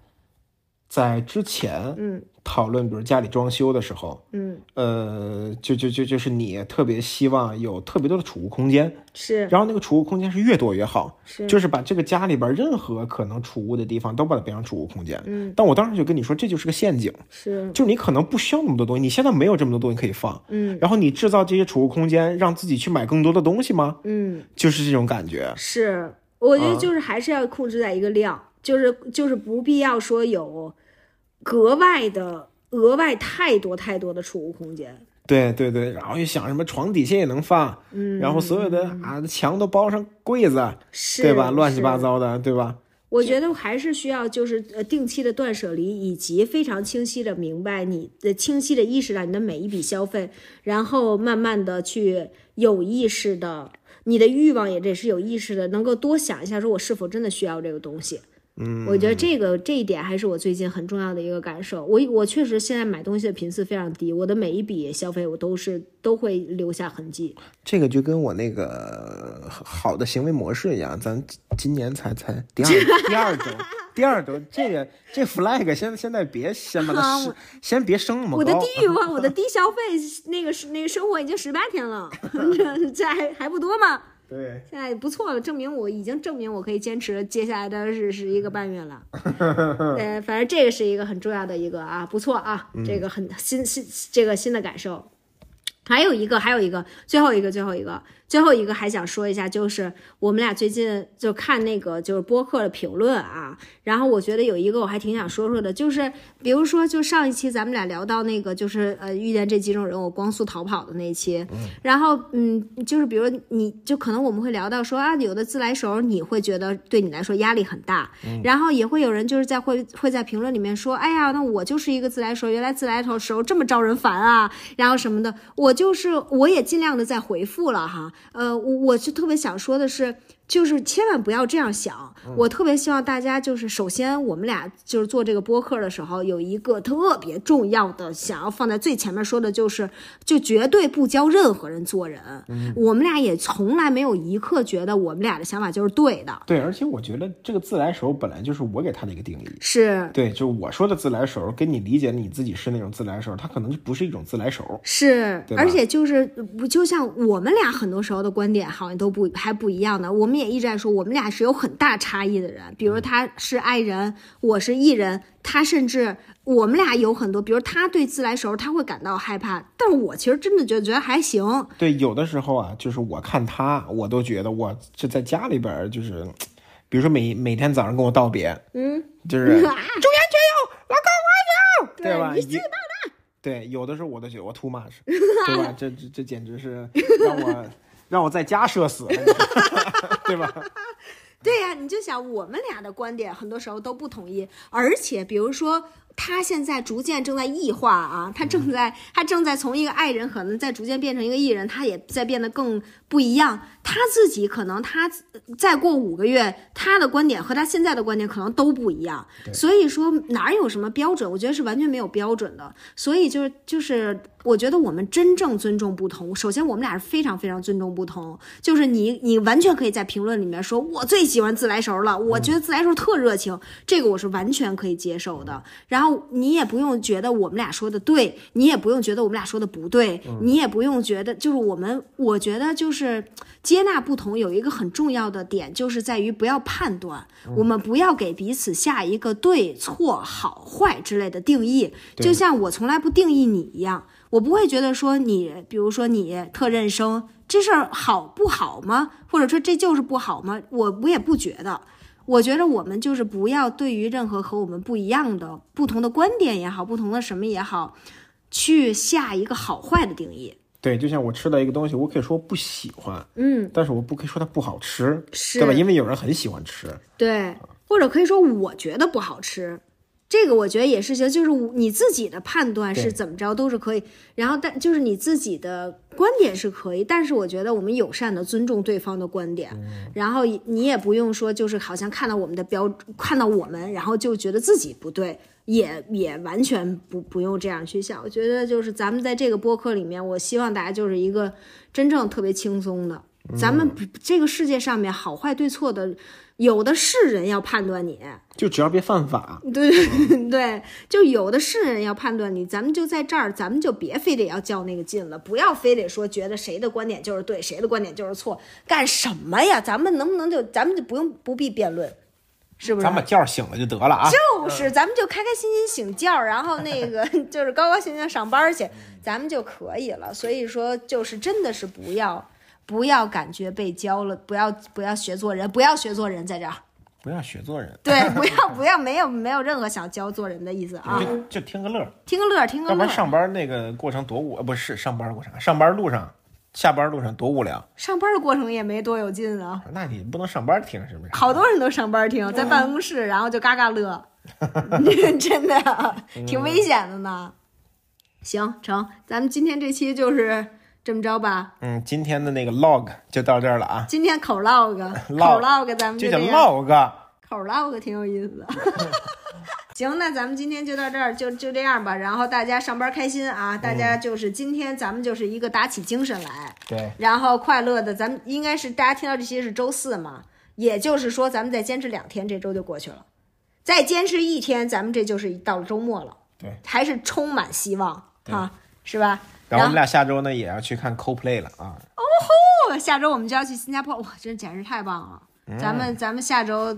S2: 在之前
S1: 嗯
S2: 讨论，比如家里装修的时候，
S1: 嗯，
S2: 呃，就就就就是你特别希望有特别多的储物空间，
S1: 是
S2: 然后那个储物空间是越多越好，
S1: 是，
S2: 就是把这个家里边任何可能储物的地方都把它变成储物空间。
S1: 嗯
S2: 但我当时就跟你说，这就是个陷阱，
S1: 是
S2: 就是你可能不需要那么多东西，你现在没有这么多东西可以放，
S1: 嗯
S2: 然后你制造这些储物空间，让自己去买更多的东西吗？
S1: 嗯
S2: 就是这种感觉。
S1: 是，我觉得
S2: 啊
S1: 就是还是要控制在一个量，就是就是不必要说有格外的额外太多太多的储物空间。
S2: 对对对，然后又想什么床底下也能放，
S1: 嗯，
S2: 然后所有的啊墙都包上柜子，
S1: 是
S2: 对吧？乱七
S1: 是
S2: 八糟的，对吧？
S1: 我觉得还是需要就是呃定期的断舍离，以及非常清晰的明白你的清晰的意识到你的每一笔消费，然后慢慢的去有意识的，你的欲望也得是有意识的，能够多想一下，说我是否真的需要这个东西。嗯，我觉得这个这一点还是我最近很重要的一个感受。我我确实现在买东西的频次非常低，我的每一笔消费我都是都会留下痕迹。
S2: 这个就跟我那个好的行为模式一样，咱今年才才第 二第二周，第二周这个这 flag 现在现在别先把它升，先别升那么
S1: 我的
S2: 高。啊
S1: 低欲望，我的低消费，那个是那个生活已经十八天了， 这这还还不多吗？
S2: 对，
S1: 现在不错了，证明我已经证明我可以坚持接下来的是是一个半月了。呃，反正这个是一个很重要的一个啊，不错啊，这个很新新这个新的感受。还有一个，还有一个，最后一个，最后一个，最后一个还想说一下，就是我们俩最近就看那个就是播客的评论啊，然后我觉得有一个我还挺想说说的，就是比如说就上一期咱们俩聊到那个就是呃遇见这几种人我光速逃跑的那一期，然后嗯就是比如你就可能我们会聊到说啊有的自来熟你会觉得对你来说压力很大，然后也会有人就是在会会在评论里面说，哎呀那我就是一个自来熟，原来自来熟这么招人烦啊，然后什么的，我就是我也尽量的在回复了哈。呃，我我是特别想说的是，就是千万不要这样想。我特别希望大家就是，首先我们俩就是做这个播客的时候，有一个特别重要的想要放在最前面说的，就是就绝对不教任何人做人。我们俩也从来没有一刻觉得我们俩的想法就是对的，
S2: 对，而且我觉得这个自来熟本来就是我给他的一个定义。
S1: 是
S2: 对，就我说的自来熟，跟你理解你自己是那种自来熟，它可能就不是一种自来熟。
S1: 是，
S2: 对吧
S1: 而且就是不就像我们俩很多时候的观点好像都不还不一样的，我们也一直在说我们俩是有很大差异的人，比
S2: 嗯
S1: 如他是爱人，我是艺人，他甚至我们俩有很多，比如他对自来熟他会感到害怕，但是我其实真的就觉得还行，
S2: 对，有的时候啊，就是我看他，我都觉得我这在家里边儿就是，比如说每每天早上跟我道别，
S1: 嗯，
S2: 就是
S1: 啊
S2: 对吧？
S1: 你
S2: 有对，有的时候我都觉得我 too much，对吧？这这这简直是让我让我在家社死了，你 对吧？
S1: 对呀、你就想我们俩的观点很多时候都不统一，而且比如说。他现在逐渐正在异化啊，他正在他正在从一个爱人，可能在逐渐变成一个艺人，他也在变得更不一样。他自己可能他再过五个月，他的观点和他现在的观点可能都不一样。所以说哪有什么标准，我觉得是完全没有标准的。所以就是就是，我觉得我们真正尊重不同。首先，我们俩是非常非常尊重不同，就是你你完全可以在评论里面说，我最喜欢自来熟了，我觉得自来熟特热情，这个我是完全可以接受的。然后你也不用觉得我们俩说的对，你也不用觉得我们俩说的不对，你也不用觉得就是我们，我觉得就是接纳不同有一个很重要的点，就是在于不要判断，我们不要给彼此下一个对错、好坏之类的定义，
S2: 对
S1: 就像我从来不定义你一样。我不会觉得说你，比如说你特认生这事儿好不好吗？或者说这就是不好吗？我我也不觉得。我觉得我们就是不要对于任何和我们不一样的、不同的观点也好，不同的什么也好，去下一个好坏的定义。
S2: 对，就像我吃到一个东西，我可以说不喜欢，
S1: 嗯，
S2: 但是我不可以说它不好吃，
S1: 是
S2: 对吧？因为有人很喜欢吃，
S1: 对，或者可以说我觉得不好吃，这个我觉得也是行，就是你自己的判断是
S2: 对
S1: 怎么着都是可以，然后但就是你自己的观点是可以，但是我觉得我们友善的尊重对方的观点，然后也你也不用说就是好像看到我们的标看到我们，然后就觉得自己不对。也也完全不不用这样去想，我觉得就是咱们在这个播客里面，我希望大家就是一个真正特别轻松的，咱们不这个世界上面好坏对错的，有的是人要判断你，
S2: 就只要别犯法，
S1: 对对 对，就有的是人要判断你。咱们就在这儿，咱们就别非得要较那个劲了，不要非得说觉得谁的观点就是对，谁的观点就是错，干什么呀？咱们能不能就咱们就不用不必辩论，是不是？
S2: 咱把觉儿醒了就得了啊！
S1: 就是，咱们就开开心心醒觉，儿，然后那个 就是高高兴兴上班去，咱们就可以了。所以说，就是真的是不要不要感觉被教了，不要不要学做人，不要学做人，在这儿，
S2: 不要学做人，
S1: 对，不要不要没有没有任何想教做人的意思 啊，
S2: 就就听个乐儿，
S1: 听个乐儿，听个
S2: 要不
S1: 乐
S2: 然
S1: 儿。
S2: 上班那个过程多无，呃不是上班过程，上班路上、下班路上多无聊。
S1: 上班的过程也没多有劲啊，
S2: 那你不能上班听是不是？
S1: 好多人都上班
S2: 嗯
S1: 听，在办公室然后就嘎嘎乐， 真的
S2: 嗯
S1: 挺危险的呢。行成，咱们今天这期就是这么着吧。
S2: 嗯，今天的那个 log 就到这儿了啊，
S1: 今天口 log 口 log 咱们
S2: 就
S1: 这
S2: 叫
S1: 样，
S2: log。
S1: 口 log 挺有意思的。 行，那咱们今天就到这儿，就就这样吧。然后大家上班开心啊！大家
S2: 嗯
S1: 就是今天咱们就是一个打起精神来，
S2: 对，
S1: 然后快乐的。咱们应该是大家听到这些是周四嘛，也就是说咱们再坚持两天，这周就过去了。再坚持一天，咱们这就是到了周末了。
S2: 对，
S1: 还是充满希望啊，是吧？然
S2: 然后
S1: 后
S2: 我们俩下周呢也要去看 CoPlay 了啊。
S1: 不下周我们就要去新加坡，哇，真简直太棒了！
S2: 嗯
S1: 咱们咱们下周，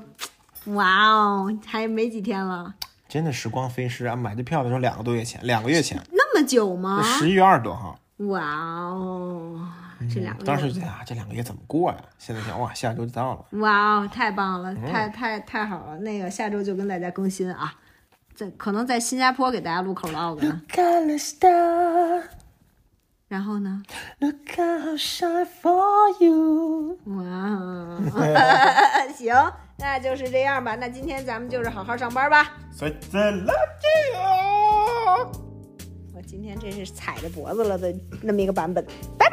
S1: 哇哦，还没几天了，
S2: 真的时光飞逝啊！买这票的时候两个多月前，两个月前，
S1: 那么久吗？
S2: 十一月二十多号。
S1: 哇哦，这两个月
S2: 当时就觉得啊，这两个月怎么过呀？现在想哇，下周就到了。
S1: 哇哦，太棒了，太太太好了！那个下周就跟大家更新啊，在可能在新加坡给大家录口 log 呢。
S3: Look at the star,
S1: 然后呢，
S3: look at how shine for you.
S1: 哇哦，行，那就是这样吧。那今天咱们就是好好上班吧。我今天真是踩着脖子了的那么一个版本，拜拜。